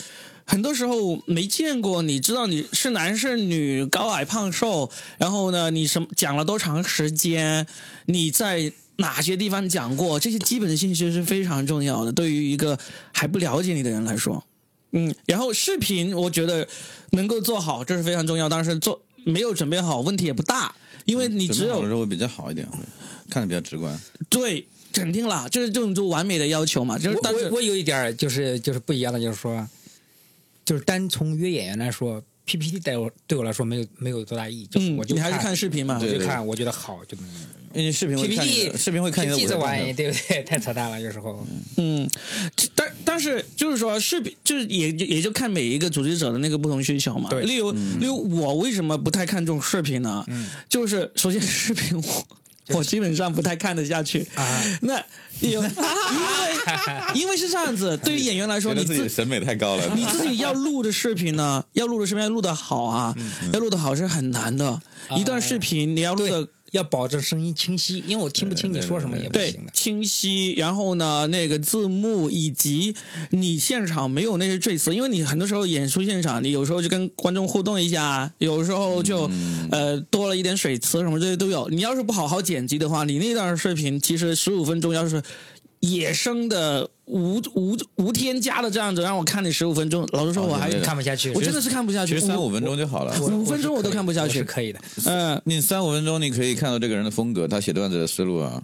A: 很多时候没见过你，知道你是男是女，高矮胖瘦，然后呢，你什么讲了多长时间，你在。哪些地方讲过这些基本的信息是非常重要的，对于一个还不了解你的人来说，嗯，然后视频我觉得能够做好这是非常重要，但是做没有准备好问题也不大，因为你只
C: 嗯准备好
A: 有
C: 的时候会比较好一点，看着比较直观。
A: 对肯定啦，就是这种就完美的要求嘛，就是但
D: 我
A: 是
D: 我我有一点儿就是就是不一样的，就是说，就是单从约演员来说，PPT 对我对我来说没有没有多大意义，就是
A: 嗯
D: 我就
A: 你还是看视频嘛
D: 我就
C: 对
D: 看我觉得好就能。
C: 因为视频会看你的
D: PPT
C: 视频会看你的
D: PPT
C: 舞台
D: 这玩
C: 动态
D: 意儿对不对？ 太扯淡了，有时候。
A: 嗯，这但但是就是说视频，就是也也就看每一个组织者的那个不同需求嘛。
D: 对
A: 例如、例如我为什么不太看重视频呢？
D: 嗯
A: 就是首先视频我我基本上不太看得下去。
D: 啊
A: 那 有因为因为是这样子，对于演员来说，
C: 觉得
A: 你
C: 自己审美太高了。
A: 你自己要录的视频
D: 嗯啊
A: 呢，要录的视频要录的好啊，要录的好是很难的。一段视频你要录的
D: 要保证声音清晰，因为我听不清你说什么也不
A: 对
D: 行的，。
A: 清晰。然后呢，那个字幕以及你现场没有那些赘词，因为你很多时候演出现场，你有时候就跟观众互动一下，有时候就、
C: 嗯
A: 呃多了一点水词什么这些都有。你要是不好好剪辑的话，你那段视频其
C: 嗯
A: 实十五分钟要是。野生的无无无添加的这样子，让我看你十五分钟，老实说我还、
C: 对
D: 看不下去，
A: 我真的是看不下
C: 其
A: 去，
C: 实三五分钟就好了。
A: 五分钟我都看不下
D: 我是
A: 去。
D: 可以的。
A: 嗯、
C: 你三五分钟你可以看到这个人的风格，他写段子的思路啊，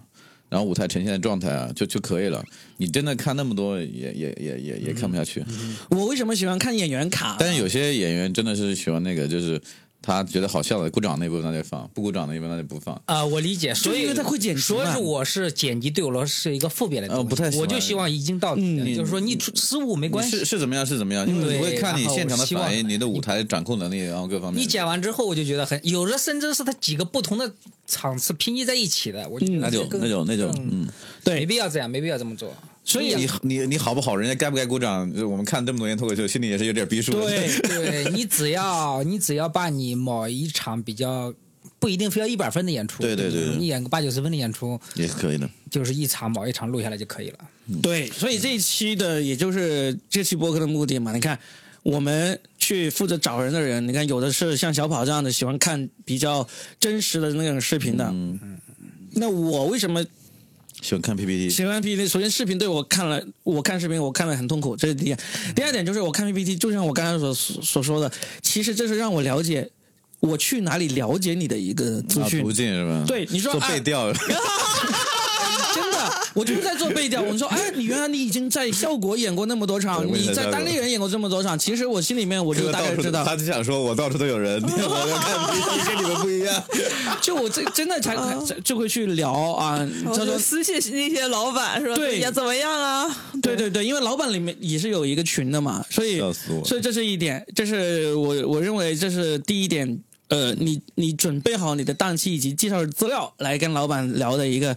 C: 然后舞台呈现的状态啊，就就可以了。你真的看那么多也也也也也看不下去。
A: 嗯我为什么喜欢看演员卡？
C: 但是有些演员真的是喜欢那个，就是他觉得好笑的，鼓掌那部分他就放，不鼓掌那部分他就不放。
D: 啊、我理解，
A: 就
D: 所以
A: 因为他会剪辑
D: 所以
A: 嘛哦
D: 说我是剪辑对我来说是一个负面的东西，
C: 呃不太喜欢
D: 我就希望一镜到底的，
A: 嗯
D: 就是说你出失误没
C: 你
D: 关系
C: 是，是怎么样是怎么样，因为
D: 对
C: 你会看你
D: 然后
C: 现场的
D: 希望
C: 反应、你的舞台掌控能力，然后各方面。
D: 你剪完之后，我就觉得很有的，甚至是它几个不同的场次拼接在一起的，我觉得
C: 那就
D: 这更
C: 那就那就
D: 更
C: 嗯，
A: 嗯对
D: 没必要这样，没必要这么做。
A: 所以
C: 你你你好不好？人家该不该鼓掌？就我们看这么多年脱口秀，心里也是有点逼数的。
A: 对
D: 对你只要你只要把你某一场比较不一定非要一百分的演出，
C: 对对对对
D: 你演个八九十分的演出，
C: 也是可以的。
D: 就是一场某一场录下来就可以了。
A: 对，所以这一期的也就是这期播客的目的嘛。你看，我们去负责找人的人，你看有的是像小跑这样的喜欢看比较真实的那种视频的。嗯那我为什么
C: 喜欢看 PPT，
A: 喜欢 PPT？首先，视频对我看了，我看视频我看了很痛苦，这是第一点。第二点就是我看 PPT，就像我刚才所所说的，其实这是让我了解我去哪里了解你的一个资
C: 啊
A: 讯。
C: 途径是吧？
A: 对你说
C: 做
A: 哎
C: 背调，
A: 真的，我就是在做背调。我说，哎，你原来你已经在效果演过那么多场，
C: 对我也
A: 你
C: 在
A: 在单立人演过这么多场。其实我心里面我就
C: 哥
A: 大
C: 到
A: 概
C: 处
A: 知
C: 都
A: 道，
C: 他就想说我到处都有人，我要看 PPT 跟你们不一样。
A: 就我这真的才才就会去聊啊。
B: 然
A: 他
B: 后
A: 说
B: 就，私信那些老板说
A: 对
B: 也怎么样啊？
A: 对对对，因为老板里面也是有一个群的嘛，所以
C: 笑死我了
A: 所以这是一点，这是我我认为这是第一点。呃，你你准备好你的档期以及介绍资料来跟老板聊的一个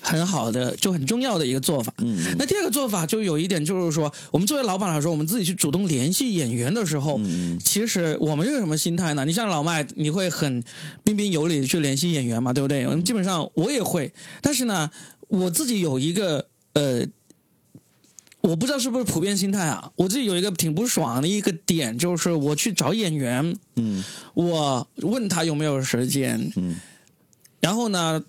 A: 很好的就很重要的一个做法。
C: 嗯
A: 那第二个做法就有一点，就是说，我们作为老板来说，我们自己去主动联系演员的时候，
C: 嗯
A: 其实我们是什么心态呢？你像老麦，你会很彬彬有礼地去联系演员嘛，对不对？我们基本上我也会，但是呢，我自己有一个呃。我不知道是不是普遍心态啊，我自己有一个挺不爽的一个点，就是我去找演员，
C: 嗯
A: 我问他有没有时间，
C: 嗯
A: 然后呢，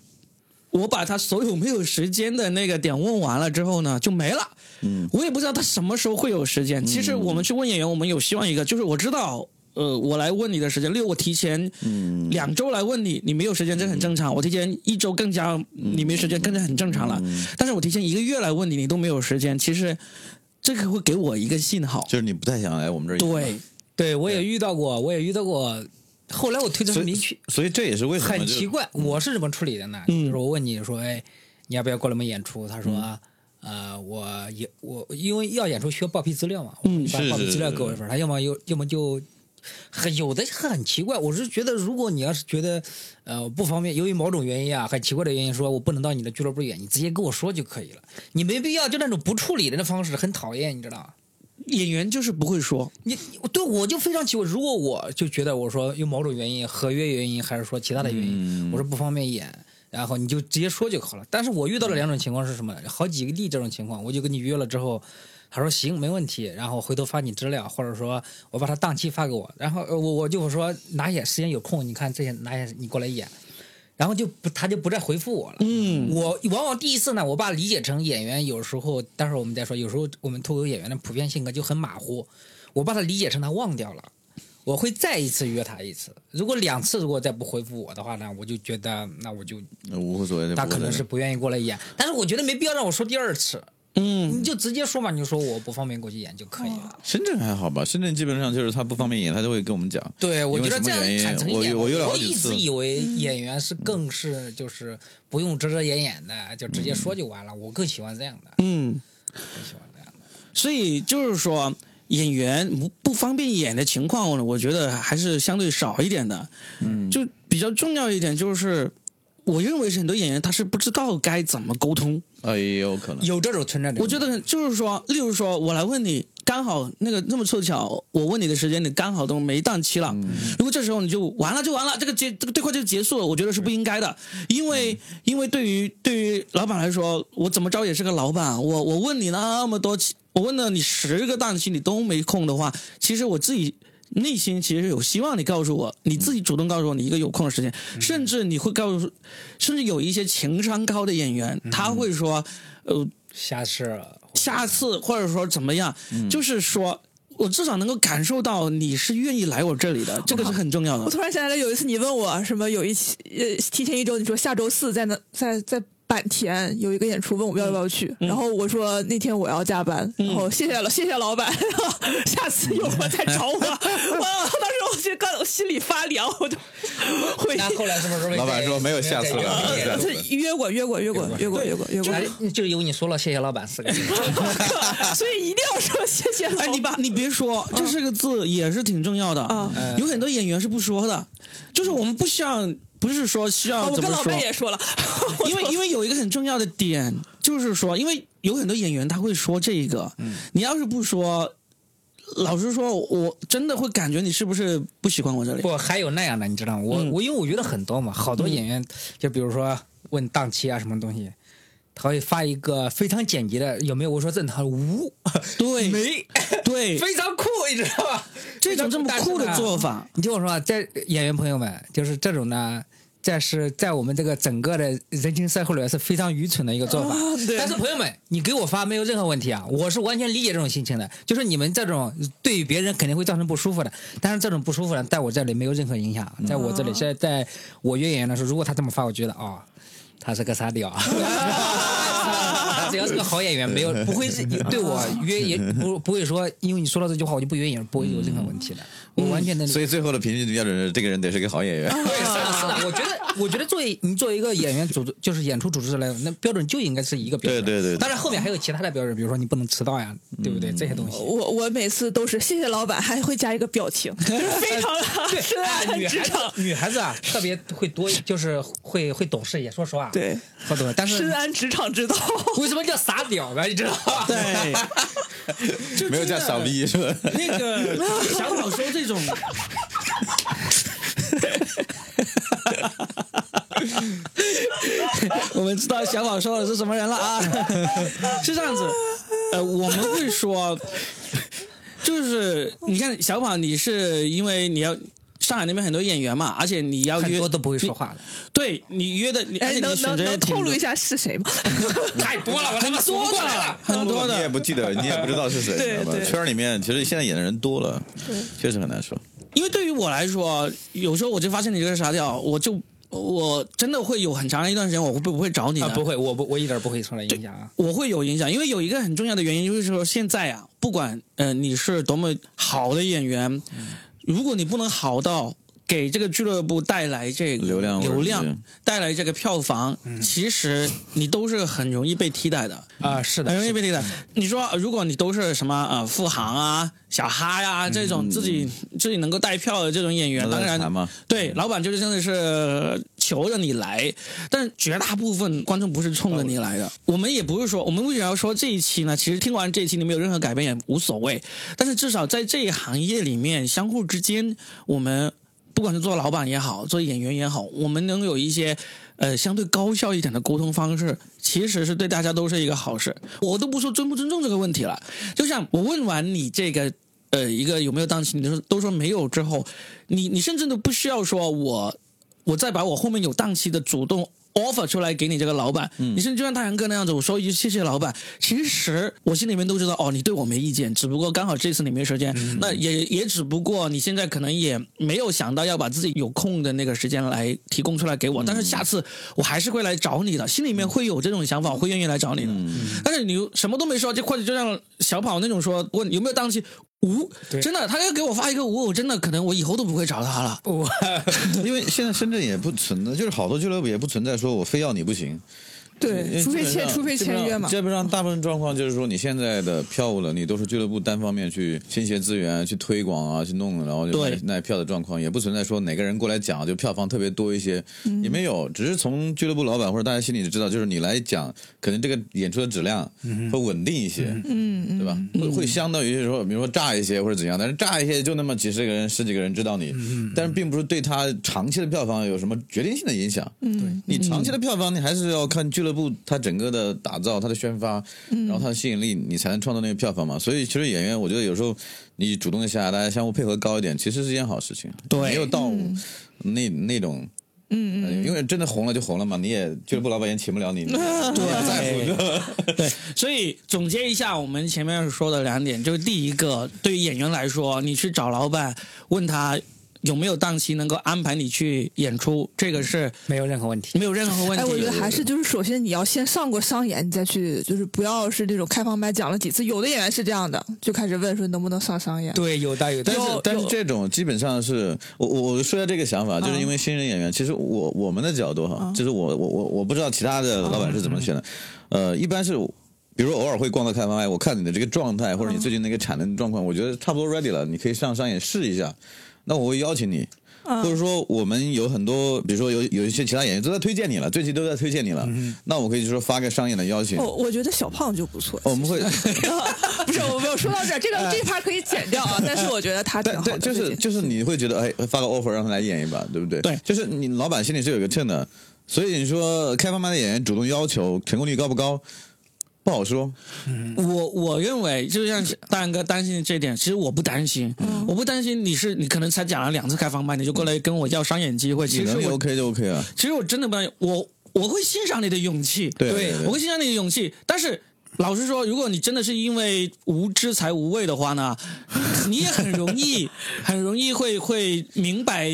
A: 我把他所有没有时间的那个点问完了之后呢，就没了。
C: 嗯，
A: 我也不知道他什么时候会有时间。其实我们去问演员，我们有希望一个，就是我知道，呃，我来问你的时间，例如我提前
C: 嗯
A: 两周来问你，你没有时间，这很正常。我提前一周更加你没时间，更加很正常了。但是我提前一个月来问你，你都没有时间，其实这个会给我一个信号。
C: 就是你不太想来我们这儿。
A: 对，
D: 对我也遇到过，我也遇到过，后来我推的
C: 所
D: 是
C: 以
D: 明确。
C: 所以这也是为什么
D: 很
C: 就嗯
D: 奇怪，我是怎么处理的呢？就是我问你说，哎，你要不要过来我们演出？他说，呃，我也我因为要演出需要报批资料嘛，我
A: 嗯
D: 把
C: 是
D: 报
C: 是
D: 批
C: 是
D: 资料给我一份儿，他要么有，要么就。很有的很奇怪，我是觉得，如果你要是觉得，呃，不方便，由于某种原因啊，很奇怪的原因，说我不能到你的俱乐部演，你直接跟我说就可以了，你没必要就那种不处理的那方式，很讨厌，你知道吗？
A: 演员就是不会说，
D: 你对我就非常奇怪，如果我就觉得我说有某种原因，合约原因还是说其他的原因，我说不方便演，然后你就直接说就好了。但是我遇到了两种情况是什么呢？好几个例这种情况，我就跟你约了之后，他说行没问题，然后回头发你资料，或者说我把他档期发给我，然后呃我我就说哪些时间有空，你看这些哪些你过来演。然后就不，他就不再回复我了。嗯，我往往第一次呢，我把理解成演员有时候，待会儿我们再说，有时候我们脱口秀演员的普遍性格就很马虎，我把他理解成他忘掉了，我会再一次约他一次。如果两次如果再不回复我的话呢，我就觉得那我就
C: 无所谓的，
D: 他可能是不愿意过来演，但是我觉得没必要让我说第二次，
A: 嗯，
D: 你就直接说嘛，你就说我不方便过去演就可以了。
C: 深圳还好吧？深圳基本上就是他不方便演，他就会跟我们讲。
D: 对，我觉得这
C: 因为
D: 样
C: 什么
D: 产生
C: 原因
D: 演
C: 我我约了好
D: 我
C: 几
D: 一
C: 次
D: 直以为演员是更是就是不用遮遮掩掩的，就直接说就完了。我更喜欢这样的，
A: 嗯。
D: 更喜欢这样的。
A: 所以就是说，演员不不方便演的情况呢，我觉得还是相对少一点的。嗯，就比较重要一点就是，我认为是很多演员他是不知道该怎么沟通。
C: 啊，也有可能。
D: 有这种存在的，
A: 我觉得就是说，例如说，我来问你，刚好那个那么凑巧，我问你的时间你刚好都没档期了。如果这时候你就完了就完了，这个结这个对话就结束了，我觉得是不应该的，因为、因为对于对于老板来说，我怎么着也是个老板，我我问你那么多期，我问了你十个档期你都没空的话，其实我自己。内心其实有希望，你告诉我，你自己主动告诉我你一个有空的时间，甚至你会告诉，甚至有一些情商高的演员，他会说，呃，
D: 下次
A: 下次或者说怎么样，
B: 嗯
A: 就是说我至少能够感受到你是愿意来我这里的，这个是很重要
B: 哦我
A: 的。
B: 突然想起来，有一次你问我什么，有一期呃提前一周，你说下周四在那在在坂田有一个演出，问我要不要去，
A: 嗯
B: 然后我说那天我要加班，然后谢谢了，谢谢老板，然后下次有空再找我。哇，当时我就刚我心里发凉，我就回
D: 那后来是不是
C: 老板说没有下次了
D: 没
C: 没
D: 有
C: 有
D: 再
C: 下
B: 呃，
C: 次
B: 这约过约过约过约过约过约过，
D: 哎就有你说了，谢谢老板四个字。
B: 所以一定要说谢谢老
A: 哎，
B: 板。
A: 你把你别说，
B: 嗯
A: 这四个字也是挺重要的。
B: 啊
A: 有很多演员是不说的，就是我们不需要，不是说需
B: 啊
A: 要
B: 我
A: 怎
B: 跟
A: 么
B: 老
A: 说
B: 板，也说了，
A: 因为因为有一个很重要的点，就是说，因为有很多演员他会说这个，
B: 嗯
A: 你要是不说。老实说，我真的会感觉你是不是不喜欢我这里？
D: 不，还有那样的，你知道吗？我、
A: 嗯
D: 我因为我觉得很多嘛，好多演员，就比如说问档期啊什么东西，他会发一个非常简洁的，有没有？我说正常无，
A: 对
D: 没，
A: 对，
D: 非常酷，你知道吧？
A: 这种这么酷的做
D: 法。
A: 法，
D: 你听我说，啊，在演员朋友们，就是这种呢，这是在我们这个整个的人情社会里是非常愚蠢的一个做法。
B: 对
D: 但是朋友们，你给我发没有任何问题啊，我是完全理解这种心情的。就是你们这种对于别人肯定会造成不舒服的，但是这种不舒服呢，在我这里没有任何影响，啊在我这里，现在在我约演员的时候，如果他这么发，我觉得哦，他是个傻屌。啊他只要是个好演员，没有不会是对我约演不不会说，因为你说了这句话，我就不约演员，不会有任何问题的。我完全能理解
C: 所以最后的评级标准是这个人得是个好演员。
D: 对，是的，是的。 我觉得，我觉得作为你作为一个演员组织，就是演出组织者来讲，那标准就应该是一个标准。
C: 对对对
D: 当然，后面还有其他的标准，比如说你不能迟到呀，对不对？这些东西。
B: 我我每次都是谢谢老板，还会加一个表情，非常
D: 对，
B: 是
D: 哎
B: 吧？
D: 女
B: 职
D: 孩子
B: 场，
D: 女孩子啊，特别会多，就是会会懂事一些。说实话，
B: 对，
D: 会懂事。但
B: 深
D: 是
B: 谙职场之道。
D: 为什么叫傻屌呢？你知道吧？
A: 对，就
C: 没有叫
A: 真的
C: 傻。逼是吧？
A: 那 个小草说这种， 我们知道小宝说的是什么人了啊？ 是这样子，呃，我们会说，就是你看小宝，你是因为你要上海那边很多演员嘛，而且你要
D: 很
A: 约
D: 多都不会说，话
A: 你
D: 的，
A: 对你约的，你而
B: 哎，
A: 且你
B: 能
A: 选
B: 能
A: 择也
B: 能
A: 挺
B: 透露
A: 多
B: 一下是谁吗？
D: 太多了，我他妈数
A: 多
D: 不过
A: 的
D: 来了。
A: 很 多的，
C: 你也不记得，你也不知道是谁，
B: 对
C: 知道吧？
B: 对
C: 圈里面其实现在演的人多了，确实很难说。
A: 因为对于我来说，有时候我就发现你这个傻屌，我就我真的会有很长一段时间，我会不会找你的？
D: 啊，不会，我不，我一点不会受到影响啊。
A: 我会有影响，因为有一个很重要的原因就是说，现在啊，不管呃你是多么好的演员，
D: 嗯
A: 如果你不能好到给这个俱乐部带来这个
C: 流量或者
A: 流量
C: 是
A: 带来这个票房，
D: 嗯
A: 其实你都是很容易被替代的。
D: 啊，是的，
A: 很容易
D: 是的
A: 被替代。你说，呃如果你都是什么呃付航啊、小哈呀、这种
D: 嗯
A: 自己、自己能够带票的这种演员，
C: 那
A: 当
C: 在
A: 然
C: 谈嘛
A: 对老板就是真的是求着你来，但是绝大部分观众不是冲着你来的。我们也不是说，我们为什么要说这一期呢？其实听完这一期你没有任何改变也无所谓，但是至少在这一行业里面，相互之间我们。不管是做老板也好，做演员也好，我们能有一些呃相对高效一点的沟通方式，其实是对大家都是一个好事。我都不说尊不尊重这个问题了，就像我问完你这个呃一个有没有档期，你都都说没有之后，你你甚至都不需要说我我再把我后面有档期的主动。offer 出来给你这个老板，你甚至就像大杨哥那样子，我说一句谢谢老板。其实我心里面都知道，哦，你对我没意见，只不过刚好这次你没时间，那也也只不过你现在可能也没有想到要把自己有空的那个时间来提供出来给我，但是下次我还是会来找你的，心里面会有这种想法，我会愿意来找你的。但是你又什么都没说，就或者就像小跑那种说问有没有档期。无，
D: 对
A: 真的，他要给我发一个无，我真的可能我以后都不会找他了。
D: 我
C: 因为现在深圳也不存在，就是好多俱乐部也不存在说我非要你不行。
B: 对，除非签，除非签约嘛。
C: 基本上大部分状况就是说，你现在的票务能力都是俱乐部单方面去倾斜资源、去推广啊、去弄，然后就卖
A: 对
C: 卖票的状况，也不存在说哪个人过来讲就票房特别多一些，
B: 嗯
C: 也没有，只是从俱乐部老板或者大家心里就知道，就是你来讲，可能这个演出的质量会稳定一些，
B: 嗯嗯，
C: 对吧？会会相当于说，比如说炸一些或者怎样，但是炸一些就那么几十个人、十几个人知道
B: 嗯
C: 你，但是并不是对他长期的票房有什么决定性的影响。嗯，你长期的票房，你还是要看俱乐部它整个的打造、它的宣发，然后它的吸引力，你才能创造那个票房嘛。所以其实演员，我觉得有时候你主动一下，大家相互配合高一点，其实是件好事情。
A: 对
C: 没有到那那种。嗯嗯，因为真的红了就红了嘛，你也俱乐部老板也请不了你，你也 不在乎
A: 对，所以总结一下我们前面说的两点，就是第一个，对于演员来说，你去找老板问他有没有档期能够安排你去演出，这个是
D: 没有任何问题。
A: 没有任何问题。
B: 嗯哎，我觉得还是就是，首先你要先上过商演，你再去，就是不要是这种开放麦讲了几次，有的演员是这样的，就开始问说能不能上商演。
D: 对，有的有的
C: 但。是
B: 有
C: 但是
B: 有啊
C: 这种基本上是我我我说一下这个想法，就是因为新人演员，其实我我们的角度哈，就是我我我我不知道其他的老板是怎么选
B: 啊
C: 的，呃，一般是。比如偶尔会逛到开放麦，我看你的这个状态或者你最近那个产能状况，我觉得差不多 ready 了，你可以上商演试一下。那我会邀请你，
B: 啊
C: 或者说我们有很多，比如说有有一些其他演员都在推荐你了，最近都在推荐你了，那我可以就说发个商演的邀请。
B: 嗯
C: 哦
B: 哦，我觉得小胖就不错。
C: 我们会
B: 不是，我没有说到这儿，这个这一趴可以剪掉啊。但是我觉得他挺
C: 但
B: 好的，
C: 但就是就是你会觉得哎，发个 offer 让他来演一把，对不对？
A: 对
C: 就是你老板心里是有个秤的，所以你说开放麦的演员主动要求成功率高不高，不好说。
A: 我我认为，就像
B: 嗯
A: 大杨哥担心的这一点，其实我不担心，我不担心你是你可能才讲了两次开放麦，你就过来跟我要商演机会，
C: 你
A: 其实
C: 能力
A: 我
C: OK 就 OK 啊。
A: 其实我真的不担心，我我会欣赏你的勇气，
C: 对对对
A: 我会欣赏你的勇气，但是。老实说，如果你真的是因为无知才无畏的话呢，你也很容易，很容易会会明白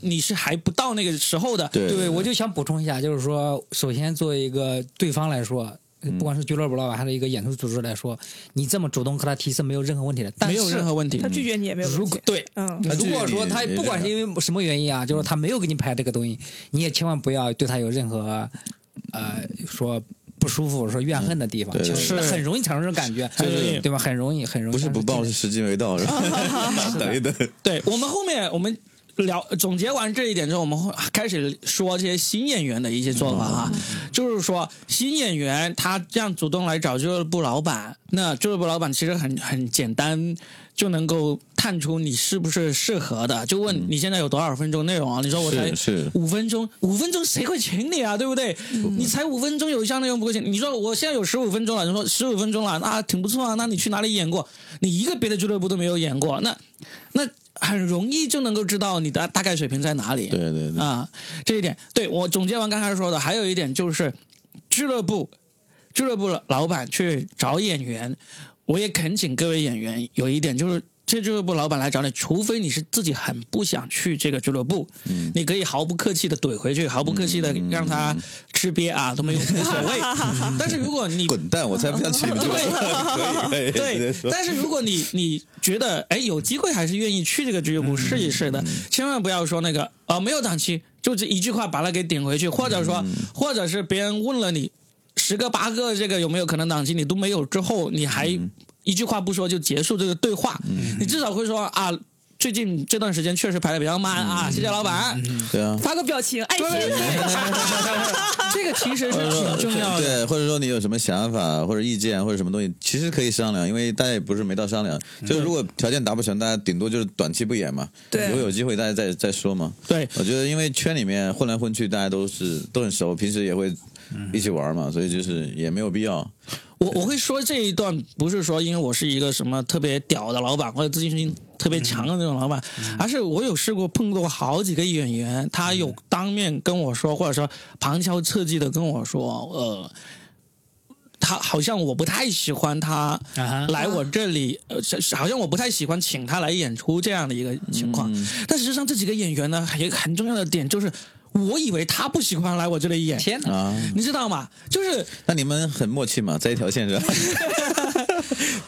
A: 你是还不到那个时候的。
C: 对
D: 对，我就想补充一下，就是说，首先作为一个对方来说，
C: 嗯
D: 不管是俱乐部老板还是一个演出组织来说，你这么主动和他提是没有任何问题的。但
A: 没有
D: 是
A: 任何问题
B: 他。拒绝你也没有
D: 如
B: 问
D: 果
B: 题。
A: 对，
B: 嗯，
C: 他
D: 如果说他
C: 拒绝你
D: 不管是因为什么原因啊，就是他没有给你拍这个东西，你也千万不要对他有任何呃说不舒服、说怨恨的地方，
C: 对嗯对
D: 其实
A: 对
D: 很容易产生这种感觉，
A: 很容易
D: 对吧？很容易，很容易。
C: 不是不报，
D: 但
C: 是时机没到，是 吧？等一等。
A: 对我们后面我们聊总结完这一点之后，我们会开始说这些新演员的一些做法
C: 嗯
A: 啊，就是说新演员他这样主动来找俱乐部老板，那俱乐部老板其实很很简单就能够探出你是不是适合的，就问你现在有多少分钟内容啊？你说我才
C: 嗯是是
A: 五分钟，五分钟谁会请你啊？对不对？你才五分钟有一项内容不会请，你说我现在有十五分钟了，你说十五分钟了，那挺不错啊，那你去哪里演过？你一个别的俱乐部都没有演过，那那很容易就能够知道你的大概水平在哪里。
C: 对对对，
A: 啊，这一点，对我总结完刚才说的，还有一点就是俱乐部俱乐部老板去找演员，我也恳请各位演员有一点就是。这俱乐部老板来找你，除非你是自己很不想去这个俱乐部，你可以毫不客气的怼回去，毫不客气的让他吃瘪啊，都没有无所谓。但是如果你
C: 滚蛋！我才不想请你可以可以可 以
A: 对
C: 再，说
A: 但是如果你 你觉得哎有机会还是愿意去这个俱乐部试一试的，千万不要说那个呃没有档期，就这一句话把它给顶回去，或者说或者是别人问了你十个八个这个有没有可能档期你都没有之后，你还一句话不说就结束这个对话，你至少会说啊最近这段时间确实排的比较慢啊，谢谢老板。
C: 对啊。
B: 发个表情，爱心。
A: 这个其实是挺重要的。
C: 对，或者说你有什么想法或者意见或者什么东西，其实可以商量，因为大家也不是没到商量。就是如果条件达不成，大家顶多就是短期不演嘛，
B: 对
C: 以后有机会大家再再说嘛。
A: 对
C: 我觉得因为圈里面混来混去，大家都是都很熟，平时也会一起玩嘛，所以就是也没有必要。
A: 我我会说这一段，不是说因为我是一个什么特别屌的老板或者自信心特别强的那种老板，
D: 嗯
A: 而是我有试过碰到过好几个演员，他有当面跟我说，或者说旁敲侧击的跟我说，呃，他好像我不太喜欢他
D: 啊哈
A: 来我这里，呃，是好像我不太喜欢请他来演出这样的一个情况。
D: 嗯
A: 但事实上，这几个演员呢，还有一个很重要的点就是，我以为他不喜欢来我这里演，
D: 是天哪！
C: 啊，
A: 你知道吗？就是。
C: 那你们很默契嘛，在一条线上，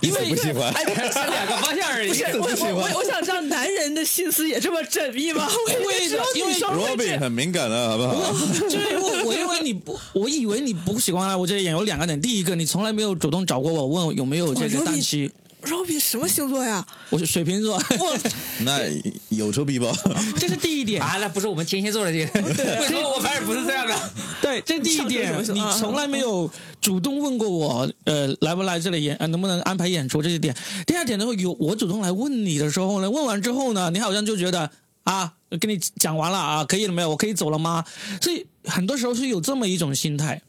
C: 因
A: 因为
C: 不喜欢，
D: 是两个方向而已
B: 不是，我我我我想知道男人的的心思也这么缜密吗？我以为只有
A: 因
B: 女
A: 为
B: 生会这
C: Robin 很敏感的，好不好？
A: 就是我，我认为你不，我以为你不喜欢来我这里演有两个点，第一个你从来没有主动找过我问我有没有这个档期，
B: Robin 什么星座呀？
A: 我是水瓶座，
C: 那有仇必报。
A: 这是第一点。
D: 啊，那不是我们天蝎座的这个， 为什么我反而不是这样的？
A: 对，这第一点，
B: 上升什么
A: 你
B: 啊
A: 从来没有主动问过我，呃，来不来这里演，呃，能不能安排演出这一点。第二点呢，有我主动来问你的时候呢，问完之后呢，你好像就觉得啊，跟你讲完了啊，可以了没有？我可以走了吗？所以很多时候是有这么一种心态，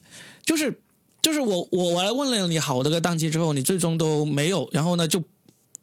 A: 就是就是我我我来问了你好多个档期之后，你最终都没有，然后呢就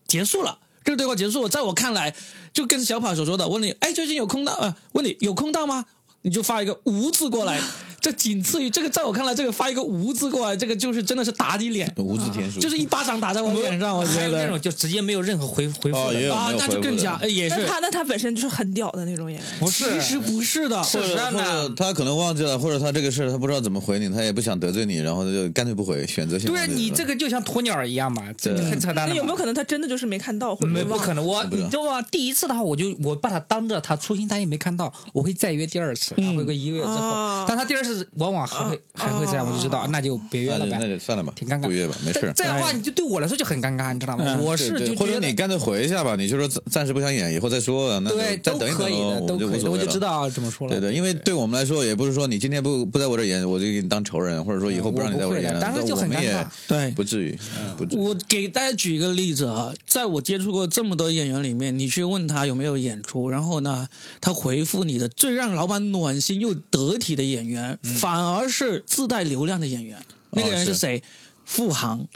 A: 结束了。这个对话结束，在我看来，就跟小跑所说的，问你，哎，最近有空档？呃，问你有空档吗？你就发一个无字过来，这仅次于这个，在我看来，这个发一个无字过来，这个就是真的是打你脸，
C: 无字天书
A: 就是一巴掌打在我脸上，我
D: 还
A: 觉
D: 有那
A: 得
D: 种就直接没有任何回回复
C: 哦也有
D: 的，
A: 啊，那就更加
C: 没有回复的
A: 呃也
B: 但
A: 是，
B: 他那他本身就是很屌的那种演员。
D: 不
A: 其实不是的，
C: 或者
D: 是
C: 或
D: 的
C: 者他可能忘记了，或者他这个事儿他不知道怎么回你，他也不想得罪你，然后他就干脆不回，选择性
D: 对啊
C: 忘记
D: 你
C: 了
D: 这个就像鸵鸟一样嘛，这
C: 嗯对啊
D: 很扯淡
B: 那
D: 的嘛。
B: 有没有可能他真的就是没看到，或者
D: 没
B: 忘
D: 不
B: 了
D: 可能，我
C: 不知道
D: 你知道吗？第一次的话，我就我把他当着他粗心大意没看到，我会再约第二次，
A: 嗯
D: 会个一个月之
B: 哦
D: 后，但他第二次往往还会
B: 哦
D: 还会这样，我就知道那就别约
C: 那
D: 了
C: 就那
D: 呗。
C: 就算了吧，
D: 挺尴尬
C: 不约吧，没事儿哎
D: 这。样的话，你就对我来说就很尴尬，你知道吗？
A: 嗯
D: 我
C: 对
D: 是
C: 对
D: 就
C: 或者
D: 觉
C: 你
D: 得
C: 干脆回一下吧，你就说暂暂时不想演，以后再说，啊那就
D: 对
C: 再
D: 都
C: 等一
D: 可
C: 等
D: 以的，
C: 喽，我
D: 都
C: 们就
D: 可
C: 无
D: 以的，
C: 所
D: 我
C: 谓
D: 就
C: 了
D: 知。道怎么说了。
C: 对对，因为对我们来说，也不是说你今天不不在我这儿演，我就给你当仇人，或者说以后
D: 嗯
C: 不让你
D: 我
C: 在这
D: 不会
C: 儿
D: 的
C: 演，
D: 当然就
C: 我
D: 很
C: 们
D: 尴
C: 也
D: 尬嗯
A: 对。
C: 不至于，不至于。
A: 我给大家举一个例子啊，在我接触过这么多演员里面，你去问他有没有演出，然后呢，他回复你的最让老板暖心又得体的演员，
D: 嗯
A: 反而是自带流量的演员。那个人是
C: 是
A: 谁？付航。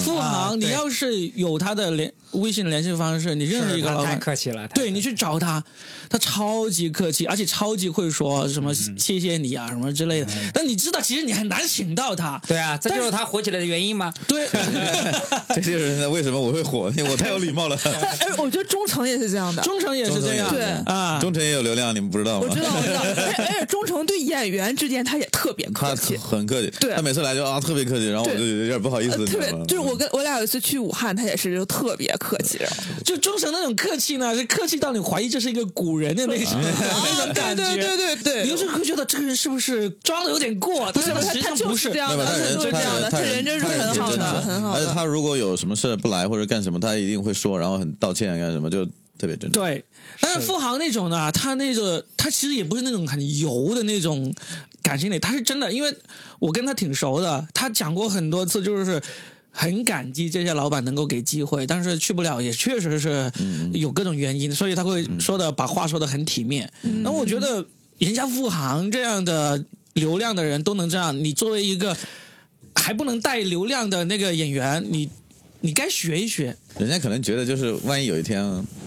A: 付
D: 啊
A: 航，你
D: 对
A: 要是有他的联微信联系方式，你认识一个
D: 是
A: 老
D: 太
A: 板，
D: 客气了，太
A: 对你去找他，他超级客气，而且超级会说什么
D: 嗯
A: 谢谢你啊什么之类的。但你知道，其实你很难请到他。
D: 对啊，这
A: 但
D: 就是是他火起来的原因吗？
A: 对，
C: 这就是现在为什么我会火，因为我太有礼貌了。
B: 但哎，我觉得忠诚也是这样的。
A: 忠诚也是这样，
B: 也
C: 忠诚
B: 是这样
A: 啊，
C: 忠诚也有流量，你们不知道吗？
B: 我知道，我知道，而且而且忠诚对演员之间他也特别客
C: 他
B: 气。
C: 很客气，
B: 对
C: 他每次来就啊特别客气，然后我
B: 对
C: 就有点不好意
B: 呃
C: 思，，
B: 特别
C: 你知道吗
B: 就是我跟我俩有一次去武汉，他也是就特别客气，然后
A: 就忠诚那种客气呢，是客气到你怀疑这是一个古人的那 种那种
B: 啊对
A: 感觉，
B: 对对对对，
A: 你就是会觉得这个人是不是装的有点过？
B: 不是
A: 但
B: 他
A: 实际
B: 他
A: 上
B: 就
A: 不
B: 是
A: 是
B: 这。样
C: 对
B: 的，
C: 吧？
B: 他就是
C: 他人
B: 这
C: 他
B: 样的，他
C: 人他人
B: 真是
C: 他人
B: 很
C: 挺
B: 好
C: 真
B: 的，
C: 诚
B: 很好
C: 而且
B: 的。
C: 他如果有什么事不来或者干什么，他一定会说，然后很道歉啊干什么，就特别真诚。
A: 对，但是
D: 是
A: 付航那种呢，他那个他其实也不是那种很油的那种感情里，他是真的，因为我跟他挺熟的，他讲过很多次，就是很感激这些老板能够给机会，但是去不了也确实是有各种原因，所以他会说的、把话说的很体面。那、我觉得人家付航这样的流量的人都能这样，你作为一个还不能带流量的那个演员，你你该学一学。
C: 人家可能觉得就是万一有一天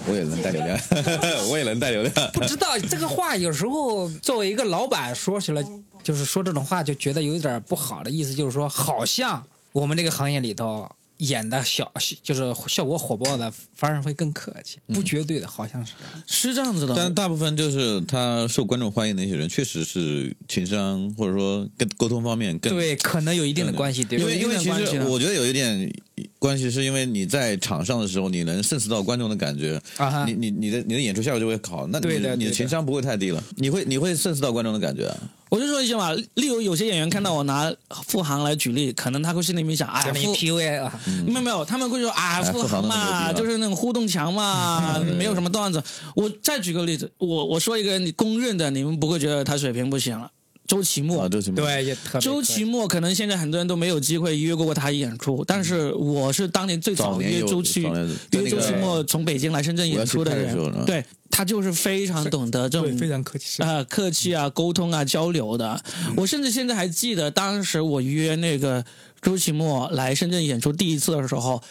C: 我也能带流量， 我也能带流量，
D: 不知道这个话有时候作为一个老板说起来，就是说这种话就觉得有点不好的意思，就是说好像我们这个行业里头演的小就是效果火爆的，反而会更客气，不绝对的，好像是这样。
A: 是这样子的，
C: 但大部分就是他受观众欢迎的一些人，确实是情商或者说跟沟通方面更
D: 对，可能有一定的关系，对
C: 因
D: 不
C: 为
D: 对？
C: 因为
A: 有一定的
C: 其
A: 关系
C: 实
A: 呢
C: 我觉得有一点关系，是因为你在场上的时候，你能 sense 到观众的感觉，
D: 啊哈
C: 你你你的你的演出效果就会好，那你
D: 对的对的
C: 你的情商不会太低了，你会你会 sense 到观众的感觉啊，
A: 我就说一下嘛，例如有些演员看到我拿付航来举例，可能他会心里面想，哎
D: 可
A: 呀，
D: 能
A: 付
D: PUA 啊，
A: 没有没有，他们会说啊，
C: 哎
A: 付航
C: 付航那么
A: 嘛，
C: 牛逼啊
A: 就是那种互动墙嘛，没有什么段子。我再举个例子，我我说一个你公认的，你们不会觉得他水平不行了，周奇墨
C: 啊，。周奇墨，
D: 对，也特别
A: 周奇墨可能现在很多人都没有机会约过他演出，但是我是当年最
C: 早
A: 早
C: 年
A: 约
C: 有
A: 周奇
C: 嗯早年在
A: 约
C: 那
A: 周
C: 个
A: 奇墨从北京来深圳演出的
C: 我要去拍的时候
A: 人
C: 呢，
A: 对他就是非常懂得这
D: 对
A: 种
D: 非常客气，是
A: 啊，客气啊，沟通啊，交流的。我甚至现在还记得，当时我约那个周奇墨来深圳演出第一次的时候，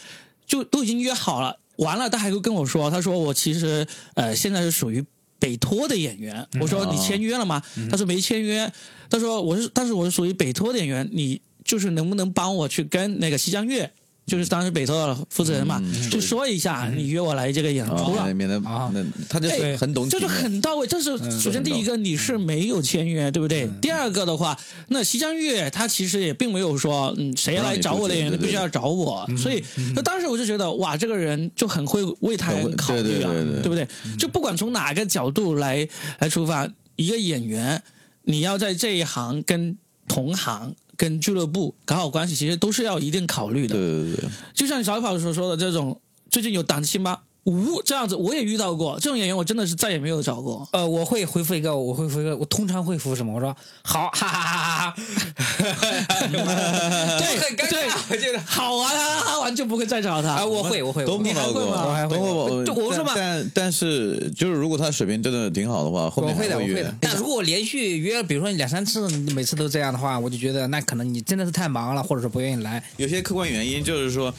A: 就都已经约好了。完了，他还会跟我说，他说我其实呃现在是属于北托的演员。我说你签约了吗？他说没签约。他说我是，但是我是属于北托的演员，你就是能不能帮我去跟那个西江月就是当时北投的负责人嘛，就说一下你约我来这个演
C: 啊
A: 出了，
C: 免得
D: 啊
C: 那他就是
D: 哎
C: 很懂体
A: 这
C: 面，
A: 就很到位。这是
C: 嗯
A: 首先第一个，你是没有签约，对不对？第二个的话，那西江月他其实也并没有说，嗯，谁
C: 不让
A: 来
C: 你
A: 找
C: 出
A: 我的
C: 去
A: 演员
C: 对对嗯
A: 必须要找我，所以那当时我就觉得，哇，这个人就很会为他人考虑啊，
C: 对对对对嗯
A: 对不对？就不管从哪个角度来来出发，一个演员你要在这一行跟同行。跟俱乐部搞好关系，其实都是要一定考虑的。
C: 对对对，
A: 就像小跑所说的这种，最近有档期吗？无这样子，我也遇到过这种演员，我真的是再也没有找 过。
D: 呃，我会回复一个，我会回复一个，我通常会复什么？我说好，哈哈哈哈哈 哈，对很尴
A: 对
D: 尬，我觉得啊、
A: 好玩啊，哈玩就不会再找他。
D: 我会，我会，
C: 啊都
D: 我会
C: 碰到过，
A: 你还
C: 啊
A: 会吗
D: 我还会
C: 都碰到过
D: 就我说嘛
C: 但但但是就是如果他水平真的挺好的话，后
D: 我
C: 面
D: 会
C: 还
D: 的，我会
C: 约
D: 的。。但如果我连续约，比如说你两三次，你每次都这样的话，我就觉得那可能你真的是太忙了，或者是不愿意来。
C: 有些客观原因就是说，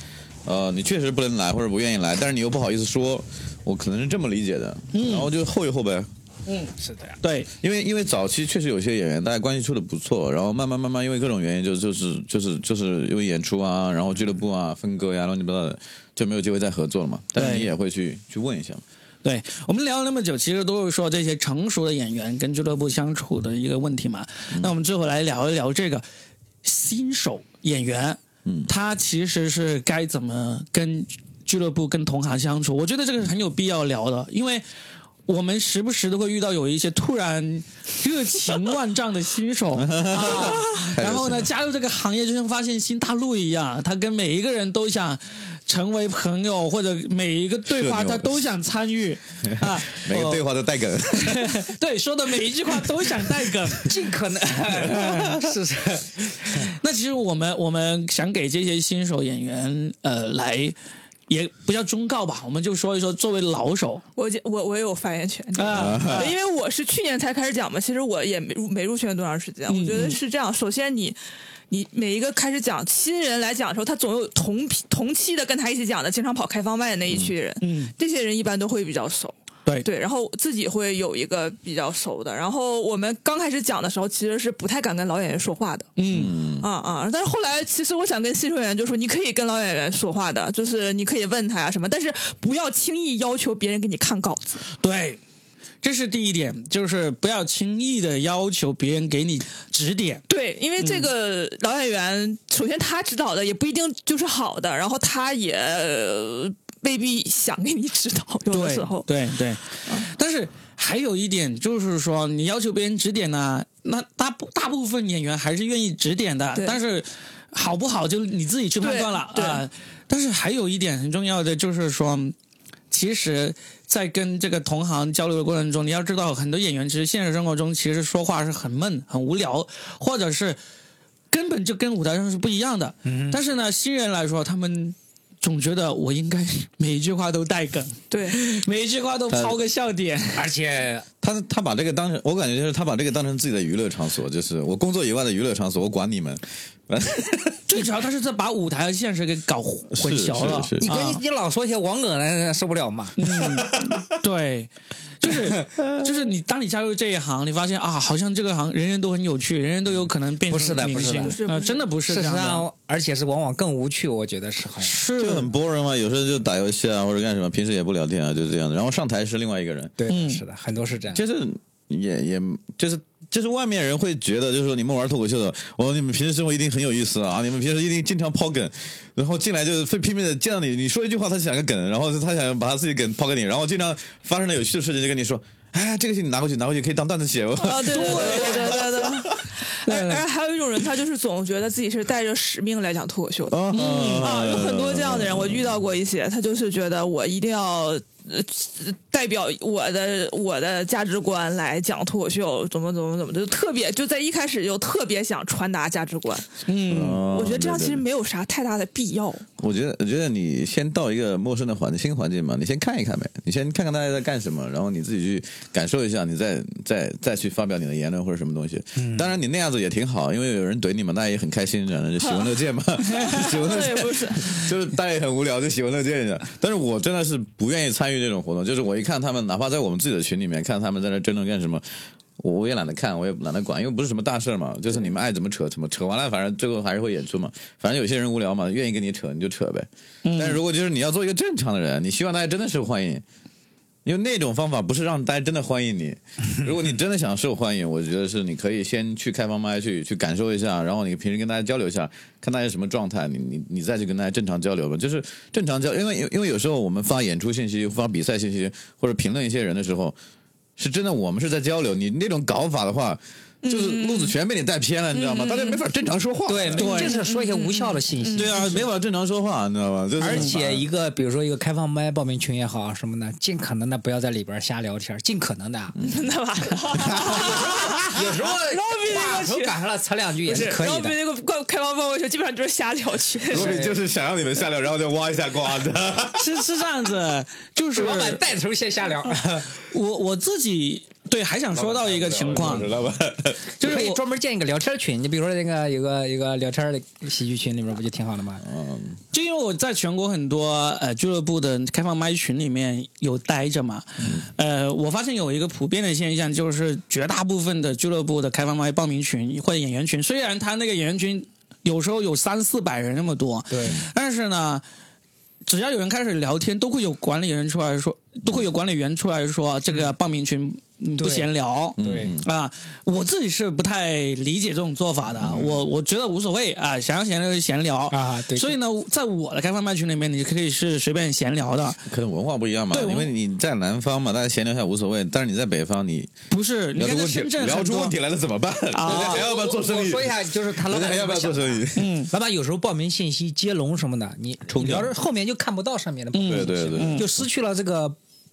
C: 呃，你确实不能来或者不愿意来，但是你又不好意思说，我可能是这么理解的，
D: 嗯
C: 然后就后一后呗。
D: 是的呀，
A: 对，
C: 因为因为早期确实有些演员大家关系处的不错，然后慢慢慢慢因为各种原因就就是就是就是因为演出啊，然后俱乐部啊分割呀、乱七八糟的就没有机会再合作了嘛。但是
A: 对
C: 你也会去去问一下嘛。
A: 对我们聊了那么久，其实都是说这些成熟的演员跟俱乐部相处的一个问题嘛。
C: 嗯
A: 那我们最后来聊一聊这个新手演员，
C: 嗯
A: 他其实是该怎么跟俱乐部、跟同行相处？我觉得这个是很有必要聊的，因为。我们时不时都会遇到有一些突然热情万丈的新 手啊，然后呢，加入这个行业就像发现新大陆一样，他跟每一个人都想成为朋友，或者每一个对话
C: 社牛
A: 他都想参 与啊。
C: 每个对话都带梗，
A: 对说的每一句话都想带梗，
D: 尽可能 是 是，
A: 那其实我们我们想给这些新手演员呃来。也不叫忠告吧，我们就说一说作为老手
B: 我觉我我也有发言权。
A: 啊，
B: 对因为我是去年才开始讲嘛，其实我也没入没入圈多长时间。
A: 嗯
B: 我觉得是这样，首先你。你每一个开始讲新人来讲的时候，他总有同批同期的跟他一起讲的，经常跑开放麦的那一群人，
A: 嗯嗯
B: 这些人一般都会比较熟，
A: 对
B: 对，然后自己会有一个比较熟的。然后我们刚开始讲的时候，其实是不太敢跟老演员说话的，
A: 嗯，
B: 啊啊！但是后来，其实我想跟新手演员就说，你可以跟老演员说话的，就是你可以问他呀、什么，但是不要轻易要求别人给你看稿子。
A: 对，这是第一点，就是不要轻易的要求别人给你指点，
B: 对，因为这个老演员，首先他指导的也不一定就是好的，然后他也呃未必想给你指导，有的
A: 对
B: 时候。
A: 对对，但是还有一点就是说，你要求别人指点呢、那大部大部分演员还是愿意指点的
B: 对，
A: 但是好不好就你自己去判断了啊、
B: 对对
A: 但是还有一点很重要的就是说，其实，在跟这个同行交流的过程中，你要知道，很多演员其实现实生活中其实说话是很闷、很无聊，或者是根本就跟舞台上是不一样的。
B: 嗯
A: 但是呢，新人来说，他们总觉得我应该每一句话都带梗。
B: 对
A: 每一句话都抛个笑点。
D: 而且
C: 他他把这个当成，我感觉就是他把这个当成自己的娱乐场所，就是我工作以外的娱乐场所，我管你们。
A: 最主要他是在把舞台和现实给搞混混淆了。
C: 是是
D: 你跟
A: 啊
D: 你老说一些网梗来受不了嘛。
A: 嗯对，就是就是你，当你加入这一行，你发现啊，好像这个行人人都很有趣，人人都有可能变成
D: 不是的
A: 明星
D: 不
B: 是的
A: 呃真的不是
D: 事
A: 这
D: 实
A: 样的。
D: 上，而且是往往更无趣，我觉得是好像。
A: 是
C: 就很 boring 嘛，有时候就打游戏啊，或者干什么，平时也不聊天啊，就这样的。然后上台是另外一个人，
D: 对，
A: 嗯
D: 是的，很多是这样。
C: 就是也也就是就是外面人会觉得，就是说你们玩脱口秀的，哦，你们平时生活一定很有意思啊，你们平时一定经常抛梗，然后进来就是非拼命的见到你，你说一句话他想个梗，然后他想把他自己梗抛给你，然后经常发生了有趣的事情就跟你说，哎，这个事情拿过去拿过去可以当段子写。哦
B: 啊，对对对对对对 对。而而还有一种人，他就是总觉得自己是带着使命来讲脱口秀的。
C: 啊
B: 啊，有很多这样的人，我遇到过一些，他就是觉得我一定要呃代表我的我的价值观来讲脱口秀，怎么怎么怎么，就特别就在一开始就特别想传达价值观。
C: 嗯
B: 我觉得这样其
C: 对对
B: 实
C: 对
B: 没有啥太大的必要。
C: 我觉得，我觉得你先到一个陌生的环境、新环境嘛，你先看一看呗，你先看看大家在干什么，然后你自己去感受一下，你再再再去发表你的言论或者什么东西。当然，你那样子也挺好，因为有人怼你嘛，大家也很开心，然后就喜闻乐见嘛，喜闻乐
B: 对，
C: 见
B: 不是，
C: 就是大家也很无聊，就喜闻乐见一下。 但是我真的是不愿意参与这种活动，就是我一看他们，哪怕在我们自己的群里面看他们在那争论干什么。我我也懒得看，我也懒得管，因为不是什么大事儿嘛，就是你们爱怎么扯怎么扯，完了反正最后还是会演出嘛。反正有些人无聊嘛，愿意跟你扯你就扯呗。但是如果就是你要做一个正常的人，你希望大家真的受欢迎，因为那种方法不是让大家真的欢迎你。如果你真的想受欢迎，我觉得是你可以先去开放麦去去感受一下，然后你平时跟大家交流一下，看大家什么状态，你你你再去跟大家正常交流吧。就是正常交，因为因为有时候我们发演出信息、发比赛信息或者评论一些人的时候，是真的我们是在交流。你那种搞法的话，就是路子全被你带偏了，你知道吗？大家没法正常说话。
D: 对，这是说一些无效的信息。
C: 对啊，没法正常说话，你知道吗？就是
D: 而且一个比如说一个开放麦报名群也好啊什么的，尽可能的不要在里边瞎聊天，尽可能的啊。
C: 嗯
B: 那吧，
D: 有时候把头赶上了，扯两句也是可
B: 然后
D: 以的
B: 被。那个怪开放报去，基本上就是瞎聊去。
C: 罗比就是想让你们下流，然后再挖一下 瓜子。
A: 是是这样子，就是
D: 老板带头先瞎聊，
C: 嗯
A: 我我自己对还想说到一个情况，
C: 老板，
A: 就是
D: 可以
A: 我
D: 专门建一个聊天群。你比如说那个有个有个聊天的喜剧群里面不就挺好的吗？
A: 就因为我在全国很多呃俱乐部的开放麦群里面有待着嘛，
D: 嗯
A: 呃，我发现有一个普遍的现象，就是绝大部分的俱乐部的开放麦报名群或者演员群，虽然他那个演员群有时候有三四百人那么多，
D: 对，
A: 但是呢，只要有人开始聊天，都会有管理人出来说，都会有管理员出来说这个报名群嗯不
D: 对
A: 闲聊，
D: 嗯对
A: 啊，我自己是不太理解这种做法的，我我觉得无所谓啊，想要闲聊就闲聊
C: 哦
D: 啊对
A: 所以呢，在我的开放麦群里面，你可以是随便闲聊的，
C: 可能文化不一样嘛，
A: 对
C: 因为你在南方嘛，大家闲聊一下无所谓，但是你在北方，你
A: 不是？你
C: 聊
A: 看在
C: 出问题，
A: 深圳
C: 聊
A: 很
C: 出
A: 多啊
C: 问题来了怎么办？人家还要不要做生
D: 我
C: 意？
D: 说一下，就是他老
C: 人家
D: 板
C: 还要不要做生意？
D: 嗯，老板有时候报名信息接龙什么的，你
C: 冲
D: 你
C: 掉
D: 要是后面就看不到上面的
A: 嗯
D: 报名信
C: 对嗯
D: 息，
C: 对对对
D: 就失去了这个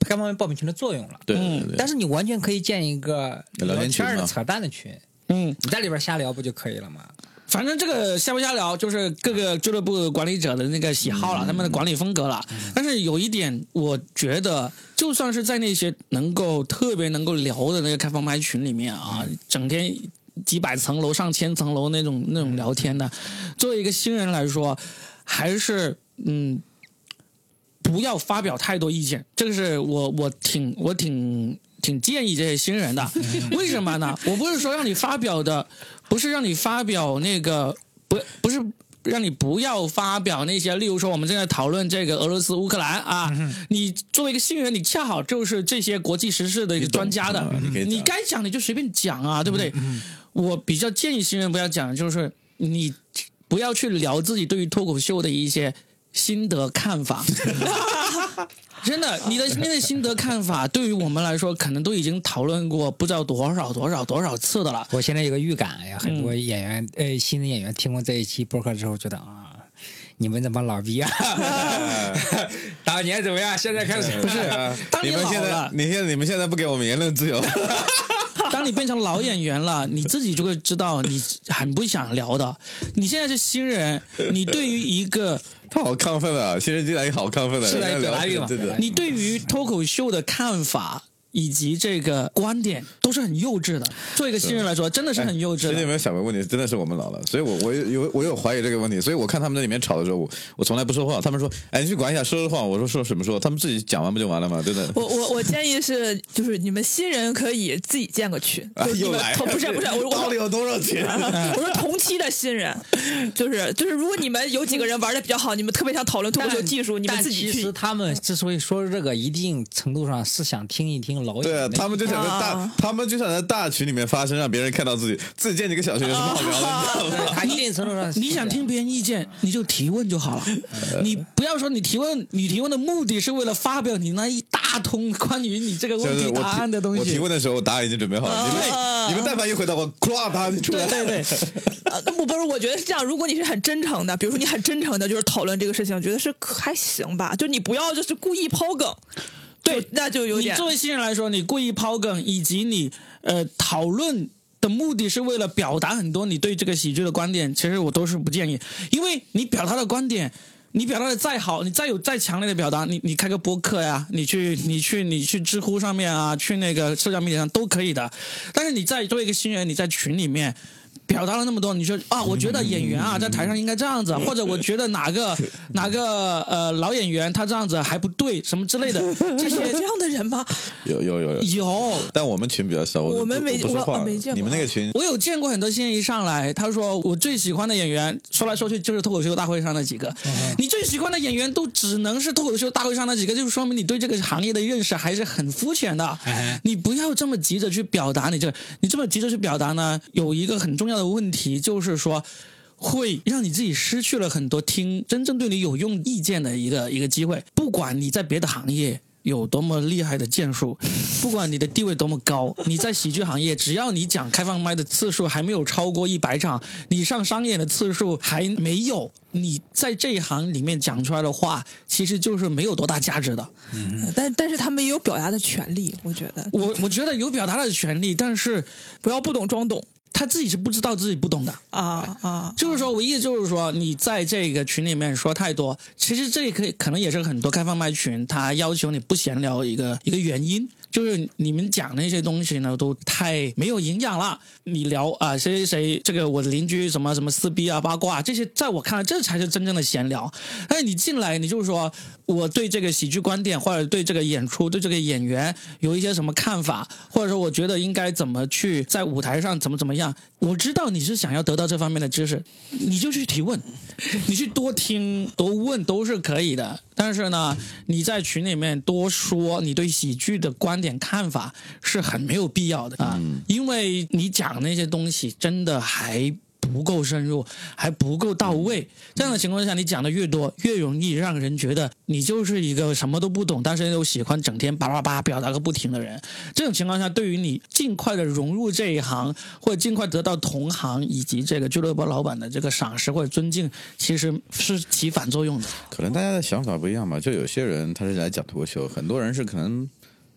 D: 开放麦报名群的作用了。
C: 对对对
D: 但。是你完全可以建一个
C: 聊天群
D: 天
C: 嘛
D: 的扯淡的群，
A: 嗯，
D: 你在里边瞎聊不就可以了吗？
A: 反正这个瞎不瞎聊，就是各个俱乐部管理者的那个喜好了，他们的管理风格了。但是有一点，我觉得就算是在那些能够特别能够聊的那个开放麦群里面啊，整天几百层楼、上千层楼那种那种聊天的，作为一个新人来说，还是嗯。不要发表太多意见，这个是我我挺我挺挺建议这些新人的。为什么呢？我不是说让你发表的，不是让你发表那个不不是。让你不要发表那些，例如说我们正在讨论这个俄罗斯乌克兰啊，你作为一个新人，你恰好就是这些国际时事的一个
C: 你懂
A: 专家的
C: 嗯，你可以讲
A: 你该讲你就随便讲啊，对不对？我比较建议新人不要讲，就是你不要去聊自己对于脱口秀的一些心得看法。真的，你的你的心得看法，对于我们来说，可能都已经讨论过不知道多少多少多少次的了。
D: 我现在有个预感，哎呀，很
A: 嗯
D: 多演员，呃，新的演员听过这一期播客之后，觉得啊。你们这帮老逼啊！
A: 嗯
D: 当年怎么样？现在开 始不是
A: 当
C: 哎你
A: 你
C: 们
A: 老
C: 现在
A: 了，，
C: 你现在你们现在不给我们言论自由，
A: 当你变成老演员了，你自己就会知道你很不想聊的。你现在是新人，你对于一个
C: 他好亢奋啊！新人进来也好亢奋啊！
D: 是的
C: 人家
D: 表达欲
C: 聊
D: 嘛
C: 对
D: 表达
C: 的
D: 欲，
A: 你对于脱口秀的看法。以及这个观点都是很幼稚的，作为一个新人来说，真的是很幼稚
C: 其
A: 的。
B: 啊
C: 哎实有没有想过问题？真的是我们老了，所以我我有我有怀疑这个问题，所以我看他们在里面吵的时候，我我从来不说话。他们说：“哎，你去管一下，说说话。”我说：“说什么说？他们自己讲完不就完了吗？真的。
B: 我我我建议是，就是你们新人可以自己建个群，
C: 啊
B: 就是你
C: 又
B: 们
C: 来
B: 同不 是不是，我我
C: 到底有多少 钱？
B: 我说同期的新人，就是就是，如果你们有几个人玩的比较好，你们特别想讨论脱口秀技术，你们
D: 但
B: 自己
D: 其
B: 去
D: 实。他们之所以说这个，一定程度上是想听一听老演
C: 对啊，
D: 员的
C: 他们就想在大，
B: 啊
C: 他们就想在大群里面发声，让别人看到自己，自己建几个小群有什么好聊的？你知道吗？
D: 对啊他一定程度上是
A: 你想听别人意见，你就提问就好了。你不要说你提问，你提问的目的是为了发表你那一大通关于你这个
C: 就
A: 问
C: 是
A: 题
C: 我
A: 答
C: 提
A: 案的东
C: 我提
A: 西。
C: 问的时候，答案已经准备好了。你
B: 啊
C: 们你们但凡一回答我，咵，答案就出来
A: 对
C: 了。
A: 对对，
B: 呃，不不是，我觉得是这样。如果你是很真诚的，比如说你很真诚的，就是讨论这个事情，我觉得是可还行吧。就你不要就是故意抛梗，
A: 对
B: 就那就有
A: 你
B: 点
A: 作为新人来说，你故意抛梗，以及你呃讨论的目的是为了表达很多你对这个喜剧的观点，其实我都是不建议，因为你表达的观点。你表达的再好，你再有再强烈的表达，你你开个播客呀，你去你去你去知乎上面啊，去那个社交媒体上都可以的。但是你在作为一个新人，你在群里面，表达了那么多，你说啊，我觉得演员啊在台上应该这样子，或者我觉得哪个哪个呃老演员他这样子还不对，什么之类的，这
B: 有
A: 些
B: 这样的人吗？
C: 有有有有，
A: 有。
C: 但我们群比较少，
B: 我们没
C: 不不说
B: 我
C: 话，
B: 没见过啊
C: 你们那个群
A: 我有见过很多新人一上来，他说我最喜欢的演员，说来说去就是脱口秀大会上那几个。你最喜欢的演员都只能是脱口秀大会上那几个，就是说明你对这个行业的认识还是很肤浅的
D: 哎。
A: 你不要这么急着去表达你这个，你这么急着去表达呢，有一个很重要的问题就是说。会让你自己失去了很多听真正对你有用意见的一个一个机会。不管你在别的行业有多么厉害的建树， 不管你的地位多么高，你在喜剧行业，只要你讲开放麦的次数还没有超过一百场，你上商演的次数还没有，你在这一行里面讲出来的话，其实就是没有多大价值的。
B: 嗯但但是他们也有表达的权利，我觉得
A: 我我觉得有表达的权利，但是
B: 不要不懂装懂
A: 他自己是不知道自己不懂的。
B: 啊啊！
A: 就是说，我意思就是说，你在这个群里面说太多，其实这可以可能也是很多开放麦群他要求你不闲聊一个一个原因，就是你们讲那些东西呢都太没有营养了。你聊啊、谁谁谁，这个我的邻居什么什么撕逼啊八卦啊这些，在我看来这才是真正的闲聊。但是你进来，你就是说我对这个喜剧观点或者对这个演出对这个演员有一些什么看法，或者说我觉得应该怎么去在舞台上怎么怎么样。我知道你是想要得到这方面的知识，你就去提问， 你去多听多问都是可以的。但是呢，你在群里面多说你对喜剧的观点看法是很没有必要的啊，因为你讲那些东西真的还。不够深入，还不够到位。这样的情况下，你讲的越多，越容易让人觉得你就是一个什么都不懂，但是又喜欢整天叭叭叭表达个不停的人。这种情况下，对于你尽快的融入这一行，或者尽快得到同行以及这个俱乐部老板的这个赏识或者尊敬，其实是起反作用的。
C: 可能大家的想法不一样吧，就有些人他是来讲脱口秀，很多人是可能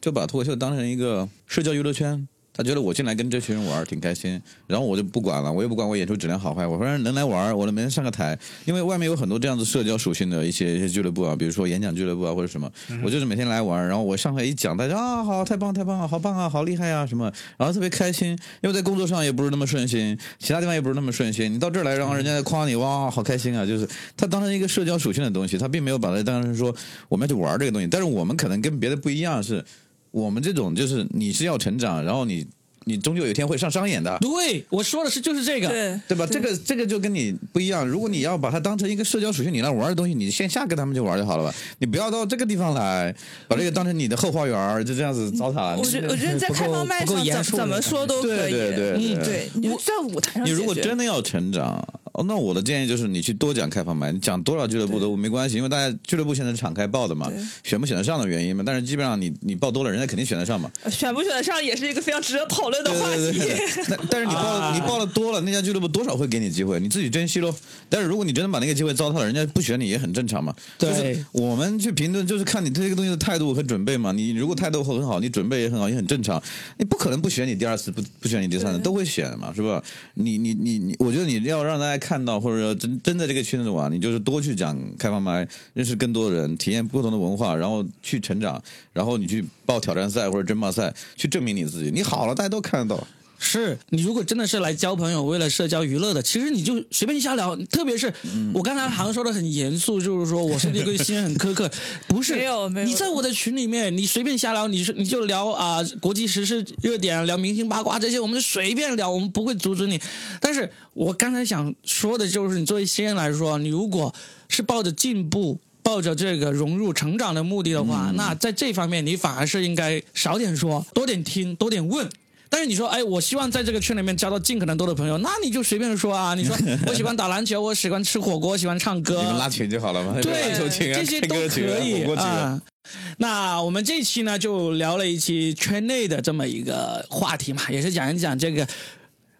C: 就把脱口秀当成一个社交娱乐圈。他觉得我进来跟这群人玩儿挺开心，然后我就不管了，我也不管我演出质量好坏，我反正能来玩儿，我能每天上个台，因为外面有很多这样子社交属性的一些一些俱乐部啊，比如说演讲俱乐部啊或者什么，我就是每天来玩儿，然后我上台一讲，大家啊好，太棒太棒，好棒啊，好厉害啊什么，然后特别开心，因为在工作上也不是那么顺心，其他地方也不是那么顺心，你到这儿来，然后人家夸你哇，好开心啊，就是他当成一个社交属性的东西，他并没有把它当成说我们要去玩儿这个东西，但是我们可能跟别的不一样是。我们这种就是你是要成长，然后你你终究有一天会上商演的，
A: 对，我说的是就是这个。
B: 对
C: 对吧？这个这个就跟你不一样。如果你要把它当成一个社交属性，你来玩的东西，你线下跟他们就玩就好了吧？你不要到这个地方来，把这个当成你的后花园儿，就这样子糟蹋。
B: 我觉得我觉得在开放麦
D: 不够
B: 上
D: 严
B: 怎
D: 肃
B: 怎么说都可
C: 对
B: 以，
C: 对对对
B: 嗯对，你就在舞台上
C: 你如果
B: 解决
C: 真的要成长，哦，那我的建议就是你去多讲开放麦，你讲多少俱乐部都没关系，因为大家俱乐部现在是敞开报的嘛
B: 对，
C: 选不选得上的原因嘛。但是基本上你你报多了，人家肯定选得上嘛。
B: 选不选得上也是一个非常值得讨论的话
C: 对
B: 题。
C: 对对对 那但是你报了，你报了多了，那家俱乐部多少会给你机会，你自己珍惜喽。但是如果你真的把那个机会糟蹋了，人家不选你也很正常嘛。
A: 对
C: 就是我们去评论就是看你对这个东西的态度和准备嘛。你如果态度很好，你准备也很好，也很正常。你不可能不选你第二次，不不选你第三次，都会选嘛，是吧？你你你你，我觉得你要让大家看到，或者说真真在这个圈子玩，你就是多去讲开放麦，认识更多人，体验不同的文化，然后去成长，然后你去报挑战赛或者争霸赛，去证明你自己。你好了，大家都看得到。
A: 是你如果真的是来交朋友，为了社交娱乐的，其实你就随便瞎聊。特别是、
B: 嗯
A: 我刚才好像说的很严肃，就是说我是一个心很 苛刻，不是
B: 没有没有
A: 你在我的群里面，你随便瞎聊，你是你就聊啊、国际时事热点，聊明星八卦这些，我们就随便聊，我们不会阻止你。但是我刚才想说的就是，你作为新人来说，你如果是抱着进步。抱着这个融入成长的目的的
B: 嗯
A: 话，那在这方面你反而是应该少点说，多点听，多点问，但是你说，哎，我希望在这个圈里面交到尽可能多的朋友，那你就随便说啊。 你说我喜欢打篮球，我喜欢吃火锅，喜欢唱歌，
C: 你们拉群就好了嘛，
A: 对
C: 篮球群啊、
A: 这些
C: 唱
A: 都
C: 歌群啊、
A: 可以
C: 火锅群啊。
A: 啊。那我们这一期呢，就聊了一期圈内的这么一个话题嘛，也是讲一讲这个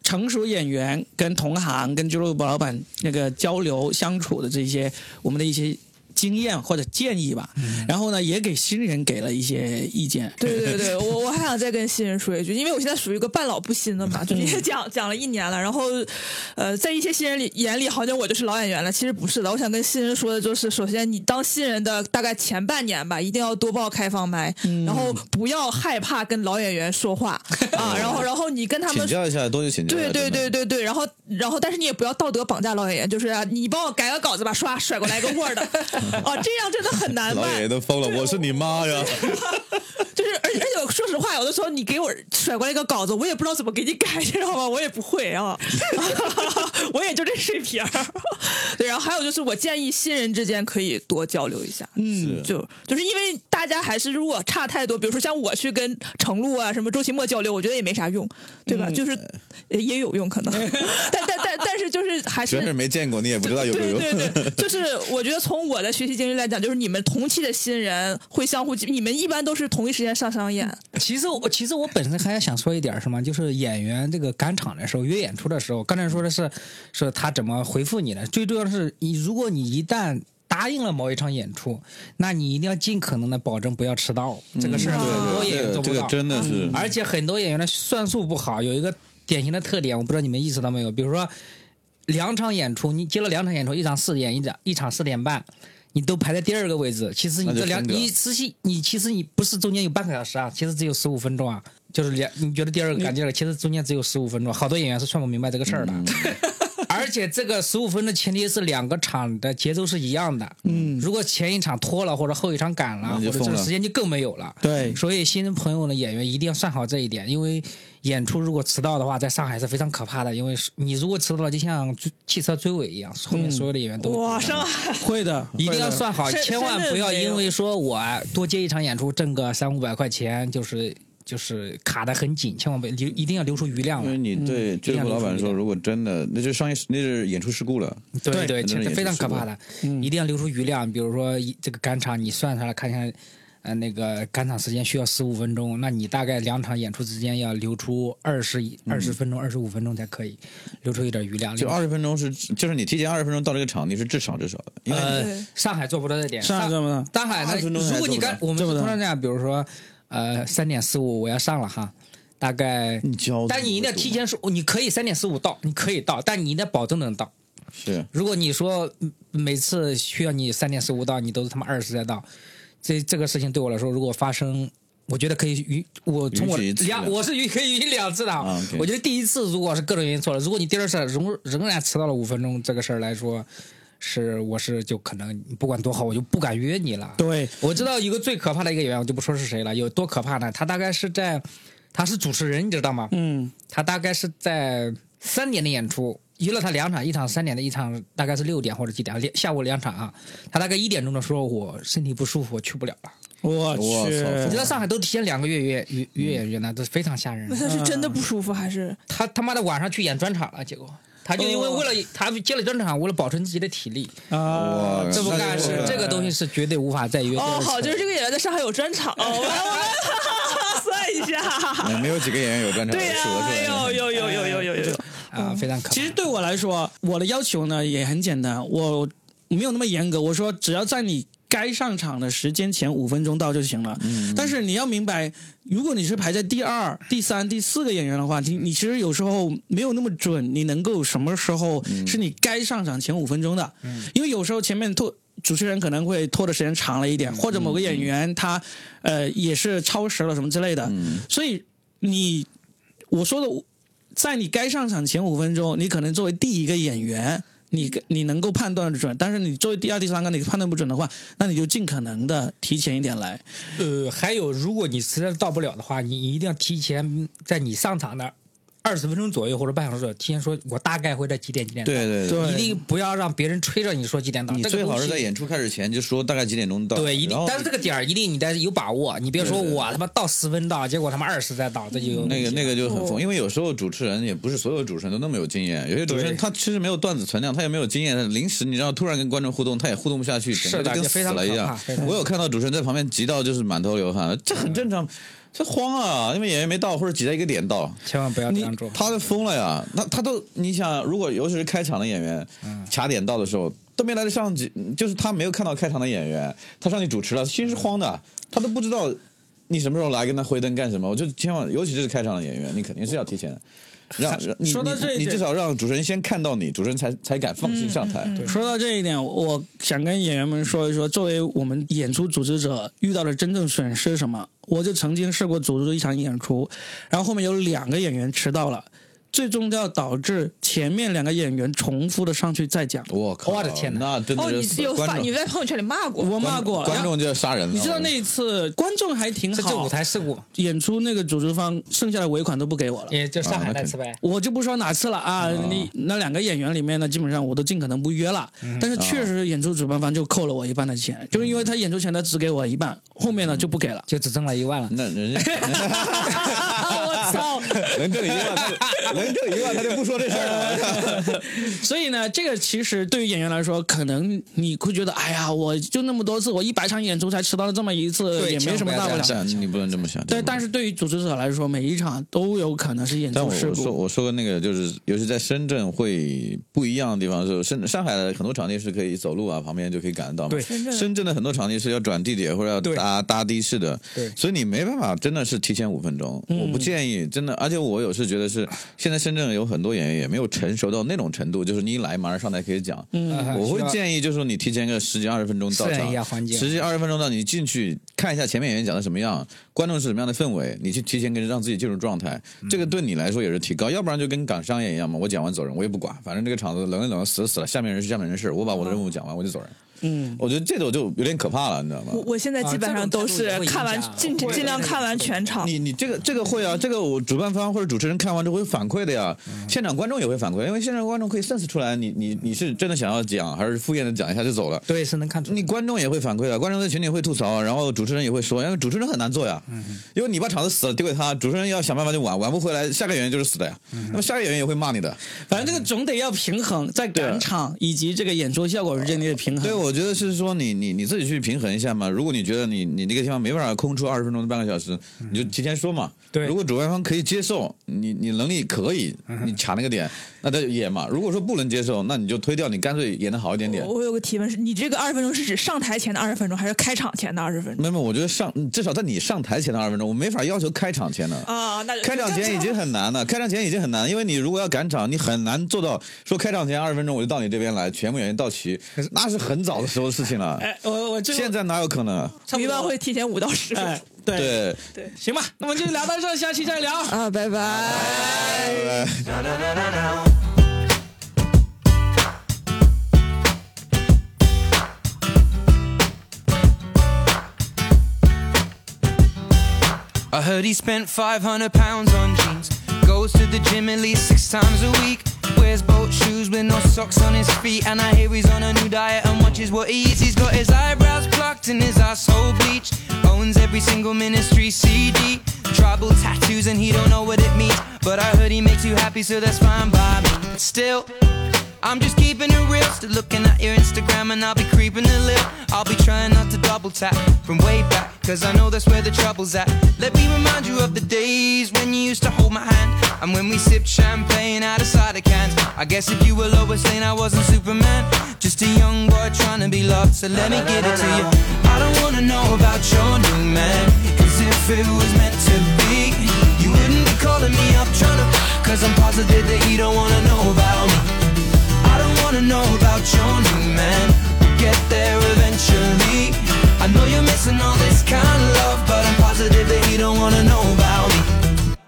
A: 成熟演员跟同行、跟俱乐部老板那个交流相处的这些我们的一些。经验或者建议吧。
C: 嗯
A: 然后呢，也给新人给了一些意见。
B: 对对 对，我我还想再跟新人说一句，因为我现在属于一个半老不新的嘛，
C: 嗯
B: 就是也讲讲了一年了，然后，呃，在一些新人里眼里，好像我就是老演员了，其实不是的。我想跟新人说的就是，首先你当新人的大概前半年吧，一定要多报开放麦，
C: 嗯
B: 然后不要害怕跟老演员说 话啊，然后然后你跟他
C: 请
B: 们
C: 教一下，多去请教一
B: 对
C: 下。
B: 对
C: 真
B: 对
C: 的
B: 对对，然后然后，但是你也不要道德绑架老演员，就是、啊、你帮我改个稿子吧，刷甩过来个 Word，哦，这样真的很难
C: 老
B: 办。
C: 演员都疯了，我是你妈呀！
B: 就是而而且我说实话，有的时候你给我甩过来一个稿子，我也不知道怎么给你改， 你知道吗？我也不会啊， 我也就这水平儿。 对，然后还有就是，我建议新人之间可以多交流一下，
C: 是
B: 就就是因为大家还是如果差太多，比如说像我去跟程璐啊、什么周奇墨交流，我觉得也没啥用，对吧？就是呃也有用可能，但但但但是就是还
C: 主要是
B: 是。
C: 没见过，你也不知道有没有。
B: 对对对，就是我觉得从我的学习经历来讲，就是你们同期的新人会相互，你们一般都是同一时间上商演，
D: 其实我其实我本身还想说一点什么，就是演员这个赶场的时候约演出的时候，刚才说的是是他怎么回复你的，最重要的是你如果你一旦答应了某一场演出，那你一定要尽可能的保证不要迟到，这个事儿啊很多
C: 嗯对
D: 演员
C: 这个这
D: 做不嗯
C: 个
D: 到。
C: 真的是，
D: 而且很多演员的算术不好，有一个典型的特点，我不知道你们意识到没有，比如说两场演出，你接了两场演出，一场四点，一场一场四点半。你都排在第二个位置，其实你
C: 那就
D: 这两，
C: 分割
D: 你其实你其实你不是中间有半个小时啊，其实只有十五分钟啊，就是两，你觉得第二个赶第二个，其实中间只有十五分钟，好多演员是算不明白这个事儿的。
C: 嗯
D: 而且这个十五分的前提是两个场的节奏是一样的，嗯，如果前一场拖了或者后一场赶
C: 那
D: 了，或
C: 就
D: 者这
C: 疯
D: 个
C: 了
D: 时间就更没有了。
A: 对
D: 所以新人朋友呢，演员一定要算好这一点，因为演出如果迟到的话，在上海是非常可怕的，因为是你如果迟到了，就像追汽车追尾一样，后面所有的演员都会
B: 哇，
D: 追上
B: 上
D: 来
B: 海
A: 会的，
D: 一定要
A: 会的。
D: 算好，
B: 深
D: 千万不要因为说我多接一场演出挣个三五百块钱，就是就是卡得很紧，千万不留一定要留出余量
C: 因为
D: 来。
C: 你对俱乐部老板
D: 一定要留出余
C: 说，
D: 量
C: 如果真的，那就是商业，那是演出事故了。
D: 对
C: 对
D: 其
C: 那
D: 实
C: 也
D: 非常
C: 是
D: 可
C: 吧嗯
D: 怕的，一定要留出余量。比如说一这个赶场，你算下来看看，呃，那个赶场时间需要十五分钟，那你大概两场演出之间要留出二十二十分钟、二十五分钟才可以，留出一点余量。
C: 嗯就
D: 留出
C: 二十分钟是，就是你提前二十分钟到这个场，你是至少至少的，因为
D: 呃
B: 对，
D: 上海做不到这点。
A: 上海做不到
D: 上海
C: 二十分
D: 呢
C: 钟，还
D: 如果你
C: 做不
D: 干
C: 到，
D: 我们
A: 做不到
D: 通常这样，比如说，呃，三点十五我要上了哈，大概，
C: 你教，
D: 但你一定要提前说，你可以三点十五到，你可以到，但你一定要保证能到。
C: 是
D: 如果你说嗯每次需要你三点十五到，你都是他妈二十才到，这这个事情对我来说，如果发生。我觉得可以允，我从我
C: 允许一次
D: 两，
C: 两
D: 我是允可以允许两次的。
C: 啊，OK
D: 我觉得第一次如果是各种原因错了，如果你第二次仍仍然迟到了五分钟，这个事儿来说，是我是就可能不管多好，我就不敢约你了。
A: 对，
D: 我知道一个最可怕的一个演员，我就不说是谁了，有多可怕呢？他大概是在，他是主持人，你知道吗？
A: 嗯，
D: 他大概是在三点的演出，约了他两场，一场三点的，一场大概是六点或者几点，两下午两场啊。他大概一点钟的时候，我身体不舒服，我去不了了。
A: 我
C: 我
A: 去
C: 操，
B: 嗯
D: 你知道上海都提前两个月约约约演员呢，都是非常吓人
B: 那
D: 的。
B: 他是真的不舒服还是？
D: 他他妈的晚上去演专场了，结果他就因为
A: 哦
D: 为了他接了专场，为了保存自己的体力，
A: 啊
C: 哇！
B: 嗯
D: 这么
C: 那
D: 干
C: 就是
D: 这个东西是绝对无法再约第
B: 哦
D: 二，次
B: 好，就是这个演员在上海有专场，我们 算一下。
C: 哎没有几个演员有专场，
B: 对呀、
C: 是我
B: 哎
C: 是我
B: 呦呦呦呦呦呦呦！
D: 啊，非常可怕。
A: 其实对我来说，我的要求呢也很简单，我没有那么严格。我说只要在你该上场的时间前五分钟到就行了。
C: 嗯
A: 但是你要明白，如果你是排在第二、第三、第四个演员的话，你你其实有时候没有那么准，你能够什么时候
C: 嗯
A: 是你该上场前五分钟的？
D: 嗯
A: 因为有时候前面拖。主持人可能会拖的时间长了一
C: 嗯
A: 点，或者某个演员他，呃，也是超时了什么之类的，
C: 嗯
A: 所以你我说的在你该上场前五分钟，你可能作为第一个演员，你你能够判断得准，但是你作为第二、第三个，你判断不准的话，那你就尽可能的提前一点来。
D: 呃，还有，如果你实在到不了的话，你一定要提前在你上场的二十分钟左右或者半小时左右，提前说我大概会在几点几点到。
C: 对对
A: 对
C: 对，
D: 一定不要让别人催着你说几点到。
C: 你
D: 这个
C: 最好
D: 东
C: 是
D: 西
C: 在演出开始前就说大概几点钟到，
D: 对，一定
C: 然，后
D: 但是这个点儿一定你得有把握，你别说
C: 对对对嗯
D: 我他妈到十分到，结果他妈二十再到，这就有
C: 那个那
D: 个
C: 个就很
B: 哦
C: 疯，因为有时候主持人也不是所有主持人都那么有经验，有些主持人
D: 对
C: 他其实没有段子存量，他也没有经验，临时你让突然跟观众互动，他也互动不下去，
D: 是
C: 整个
D: 的
C: 就跟
D: 也
C: 死
D: 非常
C: 了一
D: 可怕
C: 样
D: 非。常嗯
C: 我有看到主持人在旁边急到就是满头流汗，这很正常，这慌啊，因为演员没到或者挤在一个点到，
D: 千万不要这样做。
A: 嗯
C: 他都疯了呀！那他都，你想，如果尤其是开场的演员，卡点到的时候，都没来得上去，就是他没有看到开场的演员，他上去主持了，心是慌的，他都不知道你什么时候来跟他挥灯干什么。我就千万，尤其是开场的演员，你肯定是要 提前让让你
A: 说到这一
C: 你你
A: 点
C: 至少让主持人先看到你，主持人才才敢放心上台。对，
A: 说到这一点，我想跟演员们说一说，作为我们演出组织者遇到的真正损失是什么？我就曾经试过组织一场演出，然后后面有两个演员迟到了，最终要导致前面两个演员重复的上去再讲。
C: 我靠，
D: 我的天哪
C: 那真
B: 哦，
C: 的
B: 你
C: 是
B: 有
C: 观
B: 发，
C: 众
B: 你在朋友圈里骂过
A: 我骂
C: 观
A: 过，
C: 观
A: 然后
C: 众就要杀人了。
A: 你知道那
C: 我
A: 一次观众还挺
D: 这这
A: 好
D: 舞，台事故，
A: 演出那个组织方剩下的尾款都不给我了。
D: 也就上
C: 啊
D: 海
C: 那
D: 那
C: 肯
D: 次呗。
A: 我就不说哪次了啊，你那两个演员里面呢，基本上我都尽可能不约了，但是确实演出主办方就扣了我一半的钱，就是因为他演出前他只给我一半，后面呢就不给了。
D: 就只挣了一万了，
C: 那 人家
A: 我操！
C: 能挣一万， 他能挣一万，他就不说这事儿了。
A: 所以呢，这个其实对于演员来说，可能你会觉得，哎呀，我就那么多次，我一百场演出才迟到了这么一次，
D: 对
A: 也没什么大不了。
C: 但你呃不能这么想。
A: 对，但是对于组织者来说，每一场都有可能是演
C: 但
A: 出
C: 我
A: 事
C: 我说
A: 故。
C: 我说的那个就是，尤其在深圳会不一样的地方是，深上海的很多场地是可以走路啊，旁边就可以赶得到嘛。
D: 对
B: 深圳
C: 深圳的很多场地是要转地铁或者要
D: 对
C: 搭搭的士的，
D: 对
C: 所以你没办法，真的是提前五分钟，
A: 嗯
C: 我不建议，真的。而且我有时觉得是，现在深圳有很多演员也没有成熟到那种程度，就是你一来马上上台可以讲。
D: 嗯
C: 我
D: 需
C: 会
D: 要
C: 建议就是说你提前个十几二十分钟到
D: 适应
C: 场
D: 一下环境啊
C: 十几二十分钟到你进去看一下前面演员讲的什么样，观众是什么样的氛围，你去提前跟让自己进入状态，
D: 嗯
C: 这个对你来说也是提高，要不然就跟港商也一样嘛，我讲完走人，我也不管，反正这个场子冷一冷，死了死了，下面人是下面人事，我把我的任务讲完我就走人。
A: 嗯，
C: 我觉得这种就有点可怕了，你知道吗
B: 我？我现在基本上都是
D: 啊这种态度也会
B: 看完
D: 影响
B: 尽
D: 会
B: 尽量看完全场。
C: 你你这个这个会啊，这个我主办方或者主持人看完之后会反馈的呀，
D: 嗯
C: 现场观众也会反馈，因为现场观众可以 sense 出来你你你是真的想要讲还是敷衍的讲一下就走了。
D: 对，是能看出来
C: 你观众也会反馈啊的，观众在群里会吐槽，然后主持人也会说，因哎为主持人很难做呀，因为你把场子死了丢给他，主持人要想办法去挽，挽不回来，下个演员就是死的呀，那么下个演员也会骂你的。
A: 反正这个总得要平衡，在
C: 对
A: 赶场以及这个演出效果之间你得平衡。
C: 对，我觉得是说你你你自己去平衡一下嘛。如果你觉得你你那个地方没办法空出二十分钟到半个小时，你就提前说嘛。
D: 对
C: 如果主办方可以接受，你你能力可以，你卡那个点，那他就演嘛。如果说不能接受，那你就推掉，你干脆演的好一点点。
B: 我我有个提问是，你这个二十分钟是指上台前的二十分钟，还是开场前的二十分钟？
C: 没有，没有我觉得上至少在你上台前的二十分钟，我没法要求开场前的。
B: 啊，那就
C: 开场前已经很 难了，开场前已经很难，因为你如果要赶场，你很难做到说开场前二十分钟我就到你这边来，全部演员到齐，那是很早的时候的事情了。
A: 哎，我我这个
C: 现在哪有可能？
A: 差不
B: 一
A: 多
B: 般会提前五到十分
A: 哎
B: 钟。，
A: 对
C: 对，
A: 行吧，那么就聊到这儿，下期再聊。
B: 啊，拜拜。
A: 哎
C: 呃
F: I heard he spent 500 pounds on jeans. Goes to the gym at least six times a week. Wears boat shoes with no socks on his feet. And I hear he's on a new diet and watches what he eats. He's got his eyebrows plucked and his asshole bleached. Owns every single ministry CD. Tribal tattoos and he don't know what it means. But I heard he makes you happy, so that's fine by me. But still. I'm just keeping it real, still looking at your Instagram and I'll be creeping a little. I'll be trying not to double tap from way back, cause I know that's where the trouble's at. Let me remind you of the days when you used to hold my hand, and when we sipped champagne out of cider cans. I guess if you were Lois Lane, I wasn't Superman, just a young boy trying to be loved, so let me get it to you. I don't wanna know about your new man, cause if it was meant to be, you wouldn't be calling me up trying to, cause I'm positive that you don't wanna know about me. I don't wanna know about your new man. We'll get there eventually. I know you're missing all this kind of love, but I'm positive that you don't wanna know about me.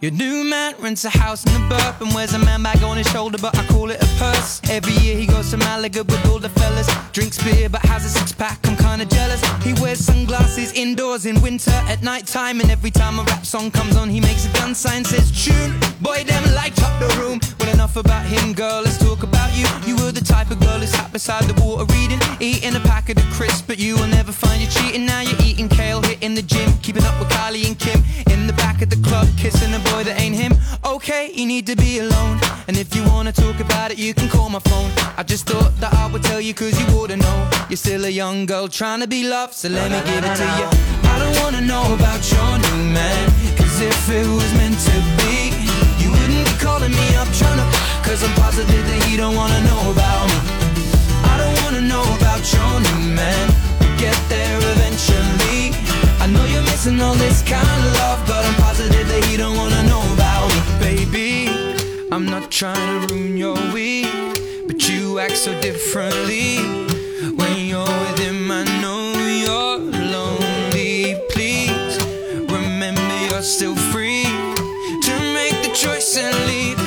F: Your new man rents a house in the burp and wears a man bag on his shoulder, but I call it a purse. Every year he goes to Malaga with all the fellas. Drinks beer, but has a six pack, I'm kinda jealous. He wears sunglasses indoors in winter at night time, and every time a rap song comes on, he makes a gun sign, says tune. Boy, them lights up the room. Well, enough about him, girl, let's talk about you. You were the type of girl who sat beside the water reading, eating a packet of crisps, but you will never find you cheating. Now you're eating kale, hitting the gym, keeping up with Kylie and Kim. In the back of the club, kissing a boy that ain't him. Okay, you need to be alone. And if you wanna talk about it, you can call my phone. I just thought that I would tell you, cause you oughta know. You're still a young girl trying to be loved, so let me give it to you. I don't wanna know about your new man, cause if it was meant to be, you wouldn't be calling me up trying to. Cause I'm positive that you don't wanna know about me. I don't wanna know your new man. We'll get there eventually. I know you're missing all this kind of love, but I'm positive that you don't wanna know about me, baby. I'm not trying to ruin your week, but you act so differently. When you're with him, I know you're lonely. Please remember you're still free to make the choice and leave.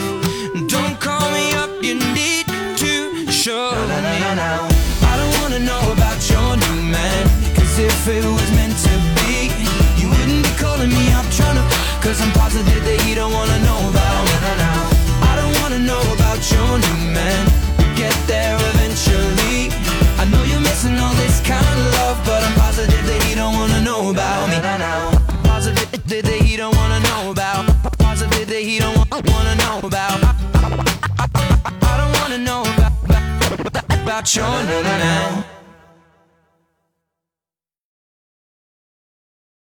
F: Don't call me up, you need to show me. I don't wanna know about your new man, cause if it was meant to be, you wouldn't be calling me up trying to. Cause I'm positive that you don't wanna know about me. I don't wanna know about your new man, we'll get there eventually. I know you're missing all this kind of love, but I'm positive that you don't wanna know about me. Positive that he don't wanna know about. Positive that he don't wa- wanna know about. I don't wanna know about, about, about your now.